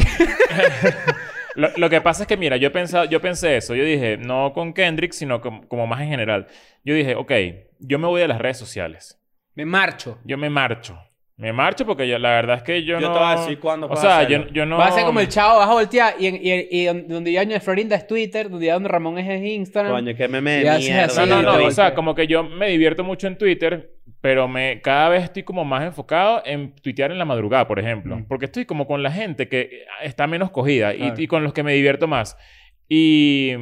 [SPEAKER 2] Lo, lo que pasa es que, mira, yo, he pensado- yo pensé eso. Yo dije, no con Kendrick, sino com- como más en general. Yo dije, ok, yo me voy de las redes sociales.
[SPEAKER 4] me marcho.
[SPEAKER 2] Yo me marcho. Me marcho porque yo, la verdad es que yo,
[SPEAKER 3] Yo
[SPEAKER 2] no...
[SPEAKER 3] te voy a decir cuándo
[SPEAKER 2] O
[SPEAKER 3] puedes
[SPEAKER 2] sea,
[SPEAKER 3] hacerlo.
[SPEAKER 2] yo, yo no...
[SPEAKER 4] Va a ser como el chavo, vas a voltear y, en- y- y donde- donde ya de Florinda es Twitter, donde ya donde Ramón es, es Instagram.
[SPEAKER 3] Coño, qué meme de
[SPEAKER 4] Ya haces
[SPEAKER 3] mierda.
[SPEAKER 4] así,
[SPEAKER 2] No, no,
[SPEAKER 4] Sí,
[SPEAKER 2] no.
[SPEAKER 4] te
[SPEAKER 2] O sea,
[SPEAKER 4] golpea.
[SPEAKER 2] como que yo me divierto mucho en Twitter, pero me, cada vez estoy como más enfocado en tuitear en la madrugada, por ejemplo.
[SPEAKER 4] Mm.
[SPEAKER 2] Porque estoy como con la gente que eh, está menos cogida y-
[SPEAKER 4] Claro.
[SPEAKER 2] y, con los que me divierto más. Y...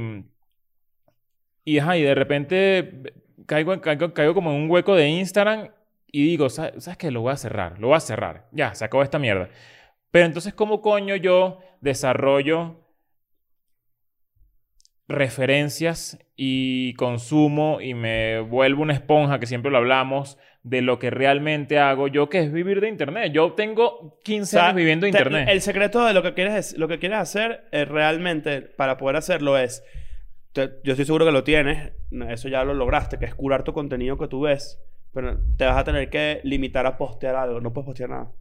[SPEAKER 2] Y, ajá, y de repente caigo, en- caigo, caigo como en un hueco de Instagram y digo, "Sa- ¿sabes qué? Lo voy a cerrar, lo voy a cerrar. Ya, se acabó esta mierda. Pero entonces, ¿cómo coño yo desarrollo referencias y consumo y me vuelvo una esponja, que siempre lo hablamos, de lo que realmente hago yo, que es vivir de Internet? Yo tengo 15
[SPEAKER 3] O sea,
[SPEAKER 2] años viviendo de
[SPEAKER 3] te-
[SPEAKER 2] Internet.
[SPEAKER 3] El secreto de lo que quieres, lo que quieres hacer eh, realmente para poder hacerlo es. te- yo estoy seguro que lo tienes. no, Eso ya lo lograste, que es curar tu contenido que tú ves. Pero te vas a tener que limitar a postear algo. No puedes postear nada.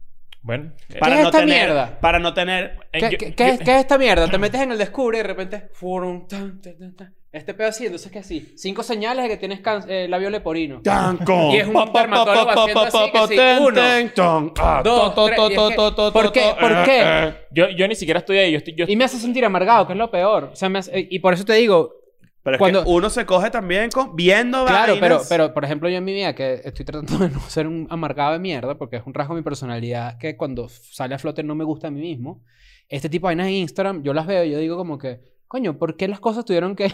[SPEAKER 2] Bueno, eh,
[SPEAKER 4] Pa- es esta
[SPEAKER 3] tener,
[SPEAKER 4] mierda?
[SPEAKER 3] Para no tener.
[SPEAKER 2] eh,
[SPEAKER 4] ¿Qué,
[SPEAKER 2] yo-
[SPEAKER 4] qué-
[SPEAKER 2] yo-
[SPEAKER 4] qué es, qué es esta mierda? Te metes en el descubre y de repente. furum, tan, tan, tan, tan. Este pedo así, entonces que así. Cinco señales de que tienes can- eh, labio leporino.
[SPEAKER 3] Tanco.
[SPEAKER 4] Y es un dermatólogo haciendo así, que sí, uno,
[SPEAKER 3] ah,
[SPEAKER 4] Ah, Dos, tres, y es que- ¿Por qué? ¿Por qué?
[SPEAKER 2] eh, yo, yo ni siquiera estoy ahí, yo estoy... Yo
[SPEAKER 4] Y me hace sentir amargado, que es lo peor. O sea, me hace- y por eso te digo,
[SPEAKER 3] Pero es
[SPEAKER 4] Cuando-
[SPEAKER 3] que uno se coge también con, viendo
[SPEAKER 4] Claro, pero,
[SPEAKER 3] vainas.
[SPEAKER 4] pero por ejemplo yo en mi vida que estoy tratando de no ser un amargado de mierda porque es un rasgo de mi personalidad que cuando sale a flote no me gusta a mí mismo. Este tipo de vainas en Instagram yo las veo y yo digo como que, coño, ¿por qué las cosas tuvieron que...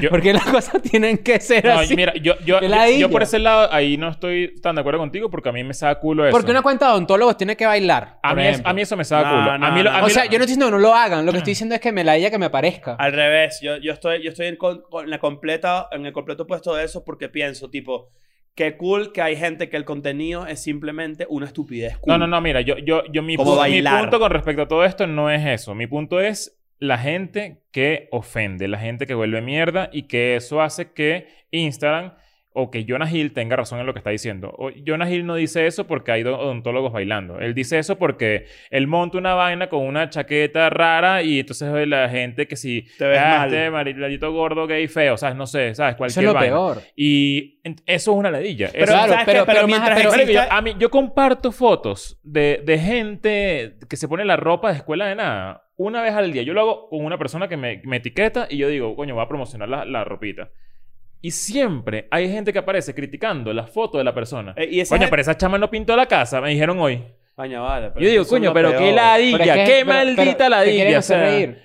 [SPEAKER 2] Yo-
[SPEAKER 4] ¿Por qué las cosas tienen que ser
[SPEAKER 2] No,
[SPEAKER 4] así?
[SPEAKER 2] mira, yo, yo,
[SPEAKER 4] Qué
[SPEAKER 2] yo-
[SPEAKER 4] ladilla.
[SPEAKER 2] yo por ese lado ahí no estoy tan de acuerdo contigo porque a mí me saca culo eso.
[SPEAKER 4] porque una cuenta de odontólogos tiene que bailar.
[SPEAKER 2] a,
[SPEAKER 4] por
[SPEAKER 2] mí es-
[SPEAKER 4] ejemplo.
[SPEAKER 2] a mí eso me saca
[SPEAKER 3] No,
[SPEAKER 2] culo. a
[SPEAKER 3] no,
[SPEAKER 2] mí lo- a mí Ah.
[SPEAKER 3] no.
[SPEAKER 4] o
[SPEAKER 2] lo-
[SPEAKER 4] sea, yo no estoy diciendo que no lo hagan. Lo que estoy diciendo es que me la haya que me aparezca.
[SPEAKER 3] Al revés, yo, yo estoy, yo estoy en, con, con la completa, en el completo opuesto de eso porque pienso, tipo, qué cool que hay gente que el contenido es simplemente una estupidez. cool.
[SPEAKER 2] No, no, no, mira, yo, yo, yo mi,
[SPEAKER 3] Como
[SPEAKER 2] pu- mi
[SPEAKER 3] bailar.
[SPEAKER 2] punto con respecto a todo esto no es eso. Mi punto es la gente que ofende, la gente que vuelve mierda y que eso hace que Instagram o que Jonah Hill tenga razón en lo que está diciendo. O- Jonah Hill no dice eso porque hay do- odontólogos bailando. Él dice eso porque él monta una vaina con una chaqueta rara y entonces ve la gente que si
[SPEAKER 3] Te ves mal".
[SPEAKER 2] este mariladito gordo, gay, feo, ¿sabes? No sé, ¿sabes?
[SPEAKER 4] Eso
[SPEAKER 2] Cualquier
[SPEAKER 4] es lo
[SPEAKER 2] vaina.
[SPEAKER 4] peor.
[SPEAKER 2] Y en- eso es una ladilla.
[SPEAKER 3] Pero,
[SPEAKER 2] Eso-
[SPEAKER 4] claro,
[SPEAKER 3] ¿sabes qué?
[SPEAKER 4] pero-
[SPEAKER 3] pero
[SPEAKER 4] pero más-
[SPEAKER 3] mientras
[SPEAKER 4] pero-
[SPEAKER 2] Marico,
[SPEAKER 3] exista-
[SPEAKER 2] yo, a mí, yo comparto fotos de, de gente que se pone la ropa de escuela de nada una vez al día. Yo lo hago con una persona que me, me etiqueta y yo digo, coño, voy a promocionar la, la ropita. Y siempre hay gente que aparece criticando la foto de la persona.
[SPEAKER 3] Eh, y esa
[SPEAKER 2] coño,
[SPEAKER 3] gente-
[SPEAKER 2] pero esa chama no pintó la casa, me dijeron hoy.
[SPEAKER 3] Coño, vale, pero
[SPEAKER 2] yo digo,
[SPEAKER 3] eso es
[SPEAKER 2] coño,
[SPEAKER 3] lo
[SPEAKER 2] pero qué
[SPEAKER 3] peor.
[SPEAKER 4] Pero es
[SPEAKER 2] ladilla,
[SPEAKER 4] que-
[SPEAKER 2] qué
[SPEAKER 4] pero-
[SPEAKER 2] maldita
[SPEAKER 4] pero Te
[SPEAKER 2] ladilla.
[SPEAKER 4] quieren
[SPEAKER 2] o
[SPEAKER 4] hacer
[SPEAKER 2] sea,
[SPEAKER 4] reír.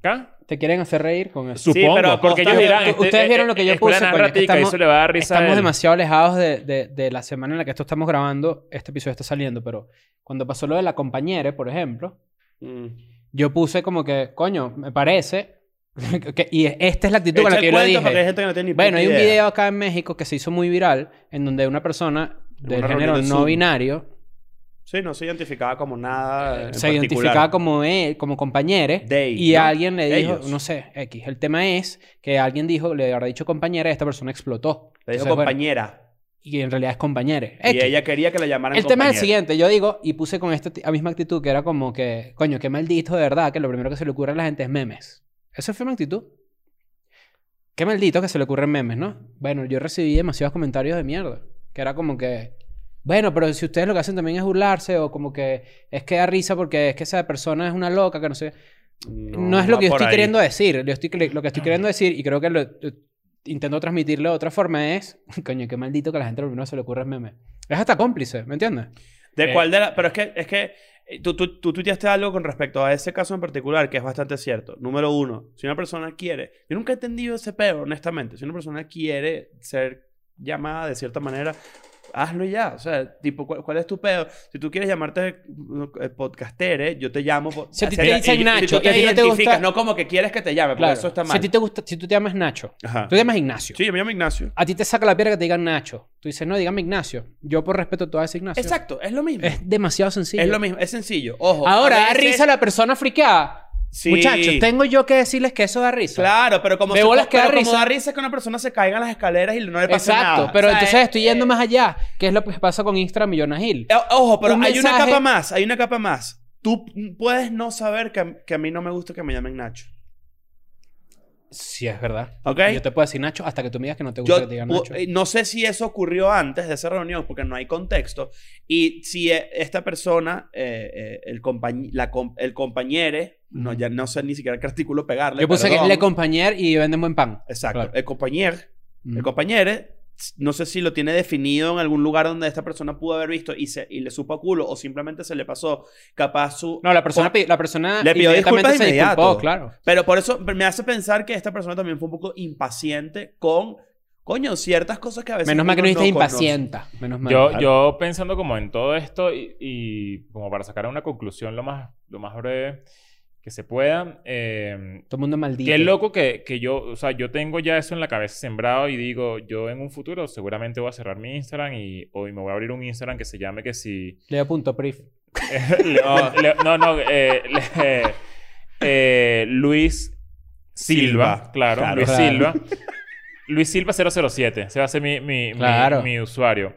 [SPEAKER 2] ¿ca?
[SPEAKER 4] Te quieren hacer reír con eso.
[SPEAKER 2] Supongo,
[SPEAKER 3] pero
[SPEAKER 2] porque ellos
[SPEAKER 3] aposta-
[SPEAKER 2] dirán, este, eh,
[SPEAKER 4] Ustedes vieron lo que yo
[SPEAKER 2] escuela
[SPEAKER 4] puse,
[SPEAKER 2] nada
[SPEAKER 4] coño, que
[SPEAKER 2] ratica,
[SPEAKER 4] estamos-
[SPEAKER 2] eso le va a dar risa a
[SPEAKER 4] Estamos
[SPEAKER 2] él.
[SPEAKER 4] demasiado alejados de, de- de la semana en la que esto estamos grabando. Este episodio está saliendo, pero cuando pasó lo de la compañera, por ejemplo,
[SPEAKER 3] Mm.
[SPEAKER 4] yo puse como que, coño, me parece. que- y esta es la actitud
[SPEAKER 3] Echa
[SPEAKER 4] con la que
[SPEAKER 3] el
[SPEAKER 4] yo lo
[SPEAKER 3] cuento porque hay
[SPEAKER 4] dije.
[SPEAKER 3] gente que no tiene ni
[SPEAKER 4] Bueno,
[SPEAKER 3] puta
[SPEAKER 4] hay un
[SPEAKER 3] idea.
[SPEAKER 4] video acá en México que se hizo muy viral en donde una persona del
[SPEAKER 3] una reunión
[SPEAKER 4] género
[SPEAKER 3] de
[SPEAKER 4] no
[SPEAKER 3] Zoom.
[SPEAKER 4] binario
[SPEAKER 3] Sí, no se identificaba como nada. en
[SPEAKER 4] se
[SPEAKER 3] particular.
[SPEAKER 4] identificaba como él, Eh, como compañero.
[SPEAKER 3] They,
[SPEAKER 4] Y
[SPEAKER 3] ¿no?
[SPEAKER 4] alguien le dijo,
[SPEAKER 3] Ellos.
[SPEAKER 4] no sé, X. El tema es que alguien dijo, le habrá dicho compañera y esta persona explotó.
[SPEAKER 3] Le dijo
[SPEAKER 4] Entonces, bueno,
[SPEAKER 3] compañera.
[SPEAKER 4] y en realidad es compañero.
[SPEAKER 3] Y ella quería que la llamaran
[SPEAKER 4] El tema Este es el
[SPEAKER 3] compañera.
[SPEAKER 4] siguiente, yo digo, y puse con esta ti- misma actitud que era como que, coño, qué maldito de verdad, que lo primero que se le ocurre a la gente es memes. Eso fue una actitud. Qué maldito que se le ocurren memes, ¿no? Bueno, yo recibí demasiados comentarios de mierda, que era como que, bueno, pero si ustedes lo que hacen también es burlarse o como que es que da risa porque es que esa persona es una loca, que no sé. No, es lo
[SPEAKER 3] va
[SPEAKER 4] que yo
[SPEAKER 3] por
[SPEAKER 4] estoy
[SPEAKER 3] ahí. Ah,
[SPEAKER 4] queriendo decir, yo estoy, cre- lo que estoy queriendo decir, y creo que lo, eh, intento transmitirlo de otra forma, es, coño, qué maldito que a la gente lo primero que se le ocurre es memes. Es hasta cómplice, ¿me entiendes?
[SPEAKER 3] ¿De
[SPEAKER 2] Eh,
[SPEAKER 3] cuál de la- Pero es que, es que eh, tú, tú, tú tuiteaste algo con respecto a ese caso en particular que es bastante cierto. Número uno, si una persona quiere... Yo nunca he entendido ese pedo, honestamente. Si una persona quiere ser llamada de cierta manera, hazlo ya. O sea, tipo, ¿cuál, cuál es tu pedo? Si tú quieres llamarte eh, podcastere, yo te llamo... po-
[SPEAKER 4] Si a ti
[SPEAKER 3] o sea,
[SPEAKER 4] te
[SPEAKER 3] y-
[SPEAKER 4] dicen
[SPEAKER 3] y-
[SPEAKER 4] Nacho
[SPEAKER 3] si tú
[SPEAKER 4] y a ti no te
[SPEAKER 3] identificas,
[SPEAKER 4] gusta-
[SPEAKER 3] no como que quieres que te llame, porque
[SPEAKER 4] Claro.
[SPEAKER 3] eso está
[SPEAKER 4] Si a
[SPEAKER 3] mal.
[SPEAKER 4] ti te gusta, si tú te llamas Nacho,
[SPEAKER 3] Ajá.
[SPEAKER 4] tú te llamas Ignacio.
[SPEAKER 3] Sí, yo me llamo Ignacio.
[SPEAKER 4] A ti te saca la piedra que te digan Nacho. Tú dices, no, dígame Ignacio. Yo por respeto tú haces Ignacio.
[SPEAKER 3] Exacto, es lo mismo. Es,
[SPEAKER 4] Es demasiado sencillo.
[SPEAKER 3] lo mismo, es sencillo. Ojo.
[SPEAKER 4] Ahora, da
[SPEAKER 3] a veces-
[SPEAKER 4] risa la persona friqueada.
[SPEAKER 3] Sí.
[SPEAKER 4] Muchachos, tengo yo que decirles que eso da risa.
[SPEAKER 3] Claro, pero como,
[SPEAKER 4] De
[SPEAKER 3] se-
[SPEAKER 4] bolas que
[SPEAKER 3] pero
[SPEAKER 4] da
[SPEAKER 3] como
[SPEAKER 4] risa.
[SPEAKER 3] da risa es que una persona se caiga en las escaleras y no le pasa nada.
[SPEAKER 4] Exacto. Pero
[SPEAKER 3] O sea, eh,
[SPEAKER 4] entonces
[SPEAKER 3] es-
[SPEAKER 4] estoy yendo más allá. ¿Qué es lo que pasa con Instagram y Jonah Hill?
[SPEAKER 3] eh, Ojo, pero
[SPEAKER 4] Un
[SPEAKER 3] hay una
[SPEAKER 4] mensaje-
[SPEAKER 3] capa más, hay una capa más. Tú puedes no saber que, a- que a mí no me gusta que me llamen Nacho.
[SPEAKER 4] Sí, es verdad.
[SPEAKER 3] ¿Ok?
[SPEAKER 4] Yo te puedo decir Nacho hasta que tú me digas que no te gusta
[SPEAKER 3] Yo
[SPEAKER 4] que te digan
[SPEAKER 3] pu-
[SPEAKER 4] Nacho.
[SPEAKER 3] eh, no sé si eso ocurrió antes de esa reunión porque no hay contexto. Y si eh, esta persona, eh, eh, el, compañ- la com- el compañero, no,
[SPEAKER 4] Ujú.
[SPEAKER 3] ya no sé ni siquiera qué artículo pegarle.
[SPEAKER 4] Yo puse
[SPEAKER 3] perdón.
[SPEAKER 4] que le compañer y venden buen pan.
[SPEAKER 3] Exacto,
[SPEAKER 4] Claro.
[SPEAKER 3] el compañero.
[SPEAKER 4] Mm.
[SPEAKER 3] El compañero, no sé si lo tiene definido en algún lugar donde esta persona pudo haber visto y, se, y le supo a culo o simplemente se le pasó. Capaz su.
[SPEAKER 4] No, la persona, pi- la persona
[SPEAKER 3] Le pidió
[SPEAKER 4] inmediatamente
[SPEAKER 3] disculpas
[SPEAKER 4] se disculpó,
[SPEAKER 3] inmediato.
[SPEAKER 4] claro.
[SPEAKER 3] Pero por eso me hace pensar que esta persona también fue un poco impaciente con. Coño, ciertas cosas que a veces.
[SPEAKER 4] Menos mal que no
[SPEAKER 3] uno
[SPEAKER 4] dijiste
[SPEAKER 3] conoce.
[SPEAKER 4] impacienta. Menos mal.
[SPEAKER 2] Yo,
[SPEAKER 3] Claro.
[SPEAKER 2] yo pensando como en todo esto y, y como para sacar una conclusión lo más, lo más breve que se pueda, eh,
[SPEAKER 4] Todo el mundo maldito.
[SPEAKER 2] Qué loco que, que yo, o sea, yo tengo ya eso en la cabeza sembrado y digo, yo en un futuro seguramente voy a cerrar mi Instagram y hoy me voy a abrir un Instagram que se llame que si...
[SPEAKER 4] Leo punto prif.
[SPEAKER 2] Leo- Leo- no, no, eh, le- eh, Luis Silva,
[SPEAKER 3] Silva,
[SPEAKER 2] claro,
[SPEAKER 3] claro.
[SPEAKER 2] Luis
[SPEAKER 4] Claro.
[SPEAKER 2] Silva. Luis Silva 007, se va a ser mi, mi, mi-
[SPEAKER 4] Claro.
[SPEAKER 2] mi usuario.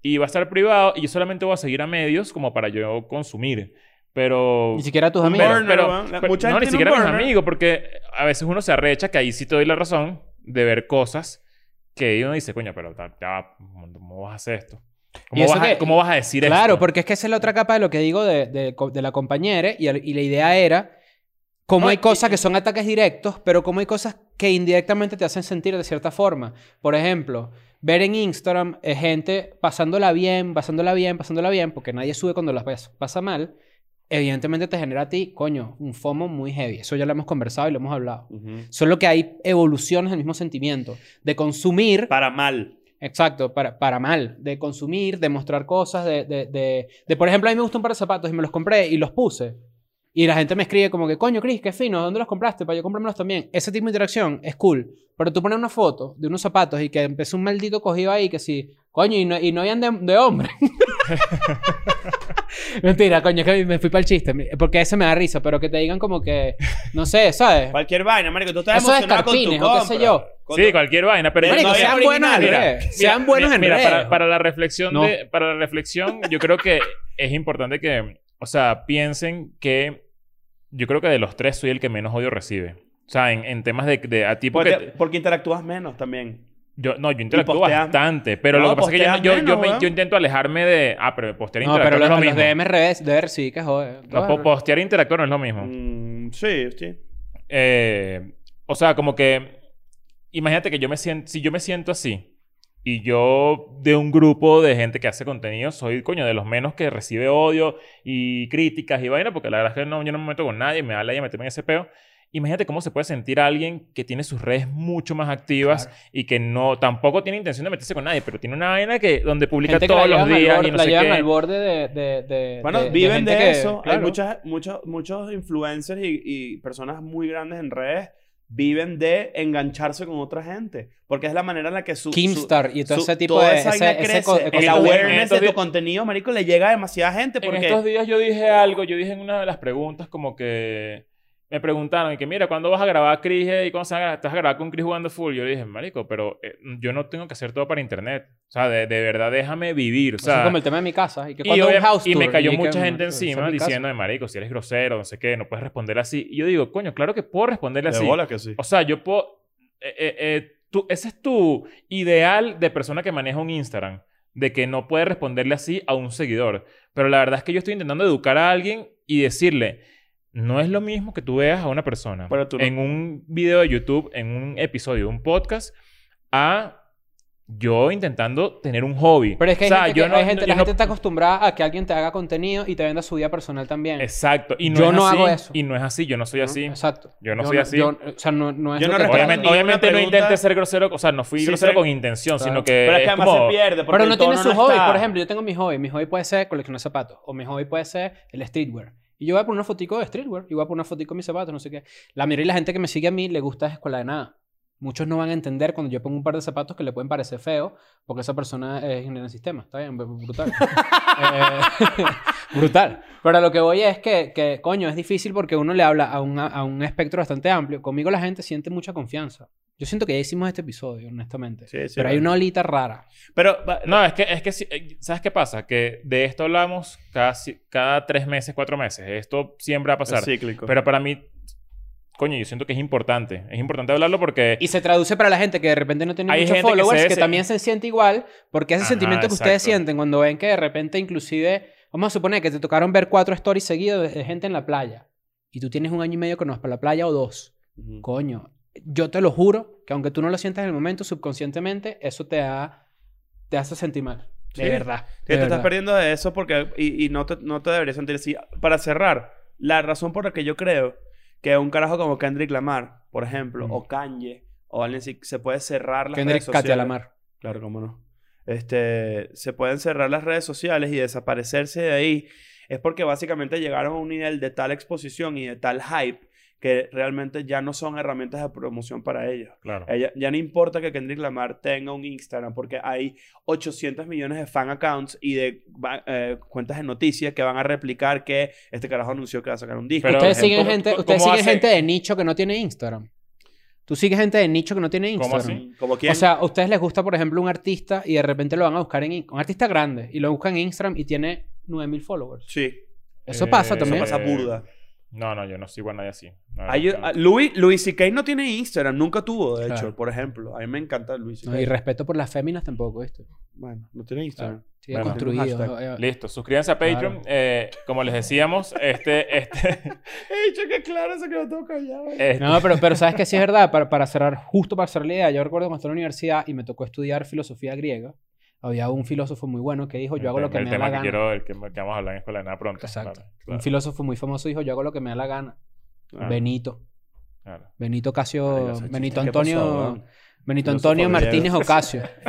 [SPEAKER 2] Y va a estar privado y yo solamente voy a seguir a medios como para yo consumir. Pero...
[SPEAKER 4] Ni siquiera tus
[SPEAKER 3] Un
[SPEAKER 4] amigos.
[SPEAKER 3] burner,
[SPEAKER 2] Pero-
[SPEAKER 3] weón. La-
[SPEAKER 2] pero
[SPEAKER 3] mucha
[SPEAKER 2] no,
[SPEAKER 3] gente
[SPEAKER 2] ni
[SPEAKER 3] tiene
[SPEAKER 2] siquiera
[SPEAKER 3] un
[SPEAKER 2] con
[SPEAKER 3] burner.
[SPEAKER 2] amigos, porque a veces uno se arrecha, que ahí sí te doy la razón, de ver cosas que uno dice, coño, pero ta- ya, ¿cómo vas a hacer esto? ¿Cómo,
[SPEAKER 4] eso
[SPEAKER 2] vas, a,
[SPEAKER 4] que-
[SPEAKER 2] ¿cómo vas a decir
[SPEAKER 4] Claro,
[SPEAKER 2] esto?
[SPEAKER 4] porque es que esa es la otra capa de lo que digo de, de co- de la compañera y, el- y la idea era cómo
[SPEAKER 2] No,
[SPEAKER 4] hay
[SPEAKER 2] y-
[SPEAKER 4] cosas que son ataques directos, pero cómo hay cosas que indirectamente te hacen sentir de cierta forma. Por ejemplo, ver en Instagram eh, gente pasándola bien, pasándola bien, pasándola bien, porque nadie sube cuando las pas- pasa mal, evidentemente te genera a ti, coño, un FOMO muy heavy. Eso ya lo hemos conversado y lo hemos hablado.
[SPEAKER 3] Ujú.
[SPEAKER 4] Solo que hay evoluciones del mismo sentimiento, de consumir
[SPEAKER 3] Para mal.
[SPEAKER 4] Exacto, para, para mal, de consumir, de mostrar cosas, de, de, de, de, por ejemplo, a mí me gustó un par de zapatos y me los compré y los puse. Y la gente me escribe como que, coño, Chris, qué fino, ¿dónde los compraste? Para yo comprármelos también. Ese tipo de interacción es cool. Pero tú pones una foto de unos zapatos y que empezó un maldito cogido ahí que sí, coño, y no, y no habían de, de hombre. Mentira, coño, es que me fui para el chiste, porque ese me da risa, pero que te digan como que, no sé, ¿sabes?
[SPEAKER 3] Cualquier vaina, marico. Tú estás
[SPEAKER 4] Eso es
[SPEAKER 3] emocionado con tu
[SPEAKER 4] carpines, o qué sé
[SPEAKER 3] compra.
[SPEAKER 4] yo.
[SPEAKER 3] Con
[SPEAKER 2] Sí,
[SPEAKER 3] tu-
[SPEAKER 2] cualquier vaina, pero...
[SPEAKER 3] Marico,
[SPEAKER 4] Marico,
[SPEAKER 3] no había
[SPEAKER 4] sean buenos, en
[SPEAKER 3] original.
[SPEAKER 4] redes,
[SPEAKER 2] Mira,
[SPEAKER 4] sean buenos en
[SPEAKER 2] Mira,
[SPEAKER 4] redes.
[SPEAKER 2] para, para la reflexión
[SPEAKER 4] No.
[SPEAKER 2] de- para la reflexión, yo creo que es importante que, o sea, piensen que yo creo que de los tres soy el que menos odio recibe. O sea, en, en temas de, de a ti porque,
[SPEAKER 3] porque, porque interactúas menos también.
[SPEAKER 2] yo no, yo interactúo
[SPEAKER 3] posteas-
[SPEAKER 2] bastante, pero
[SPEAKER 3] No,
[SPEAKER 2] lo que pasa es que yo,
[SPEAKER 3] posteas
[SPEAKER 2] yo, yo
[SPEAKER 3] menos,
[SPEAKER 2] me-
[SPEAKER 3] weón.
[SPEAKER 2] yo intento alejarme de, ah, pero postear e
[SPEAKER 4] No,
[SPEAKER 2] interactuar
[SPEAKER 4] pero
[SPEAKER 2] no
[SPEAKER 4] los,
[SPEAKER 2] es lo
[SPEAKER 4] los
[SPEAKER 2] mismo.
[SPEAKER 4] DM revés, debe sí que joder.
[SPEAKER 2] No, po- postear e interactuar no es lo mismo.
[SPEAKER 3] Mm, sí, sí.
[SPEAKER 2] Eh, o sea, como que. Imagínate que yo me siento. Si yo me siento así. Y yo, de un grupo de gente que hace contenido, soy, coño, de los menos que recibe odio y críticas y vaina, porque la verdad es que no, yo no me meto con nadie, me da la idea de meterme en ese peo. Imagínate cómo se puede sentir alguien que tiene sus redes mucho más activas y que no, tampoco tiene intención de meterse con nadie, pero tiene una vaina que, donde publica
[SPEAKER 4] Gente que
[SPEAKER 2] todos los
[SPEAKER 4] la llevan al
[SPEAKER 2] días
[SPEAKER 4] borde-
[SPEAKER 2] y no
[SPEAKER 4] la
[SPEAKER 2] sé
[SPEAKER 4] llevan
[SPEAKER 2] qué.
[SPEAKER 4] al borde de... de, de
[SPEAKER 3] Bueno,
[SPEAKER 4] de- de
[SPEAKER 3] viven de,
[SPEAKER 4] gente que-
[SPEAKER 3] eso.
[SPEAKER 4] claro.
[SPEAKER 3] Hay muchas, muchos, muchos influencers y, y personas muy grandes en redes viven de engancharse con otra gente. Porque es la manera en la que su...
[SPEAKER 4] Keemstar y
[SPEAKER 3] su-
[SPEAKER 4] todo
[SPEAKER 3] su-
[SPEAKER 4] ese tipo
[SPEAKER 3] toda
[SPEAKER 4] de...
[SPEAKER 3] esa
[SPEAKER 4] ese-
[SPEAKER 3] vaina
[SPEAKER 4] ese
[SPEAKER 3] crece.
[SPEAKER 4] co-
[SPEAKER 3] el
[SPEAKER 4] concepto de-
[SPEAKER 2] En
[SPEAKER 3] awareness
[SPEAKER 2] estos
[SPEAKER 3] de tu
[SPEAKER 2] días-
[SPEAKER 3] contenido, marico, le llega a demasiada gente
[SPEAKER 2] En
[SPEAKER 3] porque...
[SPEAKER 2] estos días yo dije algo, yo dije en una de las preguntas como que me preguntaron y que mira, ¿cuándo vas a grabar Chris eh, y cuándo se va a grabar? estás a grabar con Chris jugando full? Yo le dije, marico, pero eh, yo no tengo que hacer todo para internet. O sea, de, de verdad déjame vivir. O
[SPEAKER 4] Eso es
[SPEAKER 2] sea,
[SPEAKER 4] como el tema de mi casa. Y, que
[SPEAKER 2] y,
[SPEAKER 4] cuando un
[SPEAKER 2] obvia-
[SPEAKER 4] house
[SPEAKER 2] y me
[SPEAKER 4] tour,
[SPEAKER 2] cayó
[SPEAKER 4] que-
[SPEAKER 2] mucha
[SPEAKER 4] que-
[SPEAKER 2] gente
[SPEAKER 4] esa es mi
[SPEAKER 2] encima
[SPEAKER 4] casa.
[SPEAKER 2] diciendo, "Ay, marico, si eres grosero, no sé qué, no puedes responder así. Y yo digo, coño, claro que puedo responderle
[SPEAKER 3] De
[SPEAKER 2] así.
[SPEAKER 3] bola que sí.
[SPEAKER 2] O sea, yo puedo. eh, eh, eh, tú- ese es tu ideal de persona que maneja un Instagram. De que no puede responderle así a un seguidor. Pero la verdad es que yo estoy intentando educar a alguien y decirle. No es lo mismo que tú veas a una persona
[SPEAKER 3] Pero tú no-
[SPEAKER 2] en un video de YouTube, en un episodio de un podcast, a yo intentando tener un hobby.
[SPEAKER 4] Pero es que, hay
[SPEAKER 2] O sea,
[SPEAKER 4] gente,
[SPEAKER 2] yo
[SPEAKER 4] que-
[SPEAKER 2] no-
[SPEAKER 4] hay gente-
[SPEAKER 2] yo
[SPEAKER 4] la
[SPEAKER 2] no-
[SPEAKER 4] gente está acostumbrada a que alguien te haga contenido y te venda su vida personal también.
[SPEAKER 2] Exacto. Y no
[SPEAKER 4] Yo
[SPEAKER 2] es
[SPEAKER 4] no
[SPEAKER 2] así,
[SPEAKER 4] hago eso.
[SPEAKER 2] Y no es así. Yo no soy
[SPEAKER 4] ¿no?
[SPEAKER 2] así.
[SPEAKER 4] Exacto.
[SPEAKER 2] Yo no soy así.
[SPEAKER 4] yo- o sea, no, no es
[SPEAKER 3] Yo
[SPEAKER 4] lo
[SPEAKER 3] no
[SPEAKER 4] que-
[SPEAKER 3] respondo
[SPEAKER 2] Obviamente,
[SPEAKER 3] ninguna
[SPEAKER 2] obviamente no
[SPEAKER 3] pregunta.
[SPEAKER 2] intenté ser grosero. O sea, no fui
[SPEAKER 3] Sí,
[SPEAKER 2] grosero
[SPEAKER 3] pero-
[SPEAKER 2] con intención,
[SPEAKER 4] Claro.
[SPEAKER 2] sino que.
[SPEAKER 3] Pero Eh, es que además
[SPEAKER 2] como-
[SPEAKER 3] se pierde. Porque
[SPEAKER 4] Pero no
[SPEAKER 3] el tono
[SPEAKER 4] tiene su hobby.
[SPEAKER 3] está.
[SPEAKER 4] Por ejemplo, yo tengo mi hobby. Mi hobby puede ser coleccionar zapatos. O mi hobby puede ser el streetwear. Y yo voy a poner una fotico de streetwear. Y voy a poner una fotico de mis zapatos, no sé qué. La mayoría de la gente que me sigue a mí le gusta es escuela de nada. Muchos no van a entender cuando yo pongo un par de zapatos que le pueden parecer feo porque esa persona es ingeniera en sistema. Está bien, brutal. Eh, brutal. Pero a lo que voy es que, que, coño, es difícil porque uno le habla a un, a un espectro bastante amplio. Conmigo la gente siente mucha confianza. Yo siento que ya hicimos este episodio, honestamente.
[SPEAKER 3] Sí, sí,
[SPEAKER 4] pero hay
[SPEAKER 3] vale.
[SPEAKER 4] una olita rara.
[SPEAKER 3] Pero... va-
[SPEAKER 2] No, es que, es que sí, eh, ¿sabes qué pasa? Que de esto hablamos casi cada tres meses, cuatro meses. Esto siempre va a pasar.
[SPEAKER 3] Es cíclico.
[SPEAKER 2] Pero para mí, coño, yo siento que es importante. Es importante hablarlo porque...
[SPEAKER 4] Y se traduce para la gente que de repente no tiene
[SPEAKER 2] Hay
[SPEAKER 4] muchos
[SPEAKER 2] gente que
[SPEAKER 4] followers,
[SPEAKER 2] se
[SPEAKER 4] que,
[SPEAKER 2] des-
[SPEAKER 4] también se siente igual, porque ese
[SPEAKER 2] Ajá,
[SPEAKER 4] sentimiento que ustedes
[SPEAKER 2] exacto.
[SPEAKER 4] sienten cuando ven que de repente inclusive, vamos a suponer que te tocaron ver cuatro stories seguidos de gente en la playa, y tú tienes un año y medio que no vas para la playa o dos, coño, yo te lo juro que aunque tú no lo sientas en el momento, subconscientemente, eso te, ha, te hace sentir mal. De
[SPEAKER 3] Sí.
[SPEAKER 4] verdad.
[SPEAKER 3] Que
[SPEAKER 4] de
[SPEAKER 3] te estás
[SPEAKER 4] verdad.
[SPEAKER 3] perdiendo de eso porque... Y, y no, te, no te deberías sentir así. Para cerrar, la razón por la que yo creo que un carajo como Kendrick Lamar, por ejemplo,
[SPEAKER 4] Mm.
[SPEAKER 3] o Kanye, o alguien así, se puede cerrar las
[SPEAKER 4] Kendrick
[SPEAKER 3] redes sociales.
[SPEAKER 4] Katia Lamar.
[SPEAKER 3] Claro, cómo no. Este, se pueden cerrar las redes sociales y desaparecerse de ahí. Es porque básicamente llegaron a un nivel de tal exposición y de tal hype que realmente ya no son herramientas de promoción para ellos.
[SPEAKER 2] Claro.
[SPEAKER 3] Ella- Eh, ya no importa que Kendrick Lamar tenga un Instagram porque hay 800 millones de fan accounts y de ba- eh, cuentas de noticias que van a replicar que este carajo anunció que va a sacar un disco.
[SPEAKER 2] Pero,
[SPEAKER 3] por
[SPEAKER 4] ustedes
[SPEAKER 2] ¿cómo-
[SPEAKER 4] siguen,
[SPEAKER 3] ejemplo.
[SPEAKER 4] gente,
[SPEAKER 2] cómo-
[SPEAKER 4] ustedes
[SPEAKER 2] cómo
[SPEAKER 4] siguen
[SPEAKER 2] hace-
[SPEAKER 4] gente de nicho que no tiene Instagram. Tú sigues gente de nicho que no tiene
[SPEAKER 2] ¿Cómo
[SPEAKER 4] Instagram.
[SPEAKER 2] así?
[SPEAKER 3] Como quién?
[SPEAKER 4] O sea, a ustedes les gusta, por ejemplo, un artista y de repente lo van a buscar en In- un artista grande y lo buscan en Instagram y tiene 9000 followers.
[SPEAKER 3] sí,
[SPEAKER 4] Eso
[SPEAKER 2] Eh,
[SPEAKER 4] pasa
[SPEAKER 3] eso
[SPEAKER 4] también.
[SPEAKER 3] pasa burda.
[SPEAKER 2] No, no, yo no sigo a nadie así. No,
[SPEAKER 3] Hay-
[SPEAKER 2] no, no.
[SPEAKER 3] a- Louis, Louis C.K. no tiene Instagram, nunca tuvo, de hecho,
[SPEAKER 4] Claro.
[SPEAKER 3] por ejemplo. A mí me encanta Louis C.K.
[SPEAKER 4] No, y respeto por las féminas tampoco, ¿viste?
[SPEAKER 3] Bueno, no tiene Instagram.
[SPEAKER 4] Sí,
[SPEAKER 2] Bueno,
[SPEAKER 4] construido.
[SPEAKER 3] tiene un hashtag.
[SPEAKER 4] Eh, eh,
[SPEAKER 2] Listo, suscríbanse a Patreon.
[SPEAKER 4] Claro.
[SPEAKER 2] Eh, como les decíamos, este, este,
[SPEAKER 3] Ey, cheque claro, se quedó todo callado.
[SPEAKER 2] este-
[SPEAKER 4] No, pero, pero sabes que sí es verdad, para, para cerrar, justo para cerrar la idea, yo recuerdo cuando estaba en la universidad y me tocó estudiar filosofía griega, había un filósofo muy bueno que dijo, pues yo hago lo que
[SPEAKER 2] Este, el
[SPEAKER 4] me da
[SPEAKER 2] tema
[SPEAKER 4] la
[SPEAKER 2] que
[SPEAKER 4] gana.
[SPEAKER 2] quiero, el que, que vamos a hablar en escuela de nada pronto.
[SPEAKER 4] Exacto.
[SPEAKER 2] Claro,
[SPEAKER 4] Un
[SPEAKER 2] claro,
[SPEAKER 4] filósofo muy famoso dijo, yo hago lo que me da la gana.
[SPEAKER 2] claro,
[SPEAKER 4] Benito.
[SPEAKER 2] claro.
[SPEAKER 4] Benito Casio,
[SPEAKER 3] Verga, ese
[SPEAKER 4] Benito
[SPEAKER 3] chiste, ¿qué pasó,
[SPEAKER 4] Antonio,
[SPEAKER 3] weón?
[SPEAKER 4] Benito
[SPEAKER 3] Filósofo
[SPEAKER 4] Antonio
[SPEAKER 3] griego.
[SPEAKER 4] Martínez Ocasio.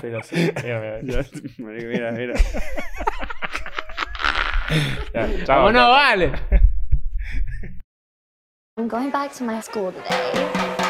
[SPEAKER 2] Mira, mira,
[SPEAKER 3] Filosofía.
[SPEAKER 2] mira.
[SPEAKER 3] Ya, marico, mira, mira.
[SPEAKER 2] Ya, chao,
[SPEAKER 4] Vámonos, vale.
[SPEAKER 1] I'm going back to my school today.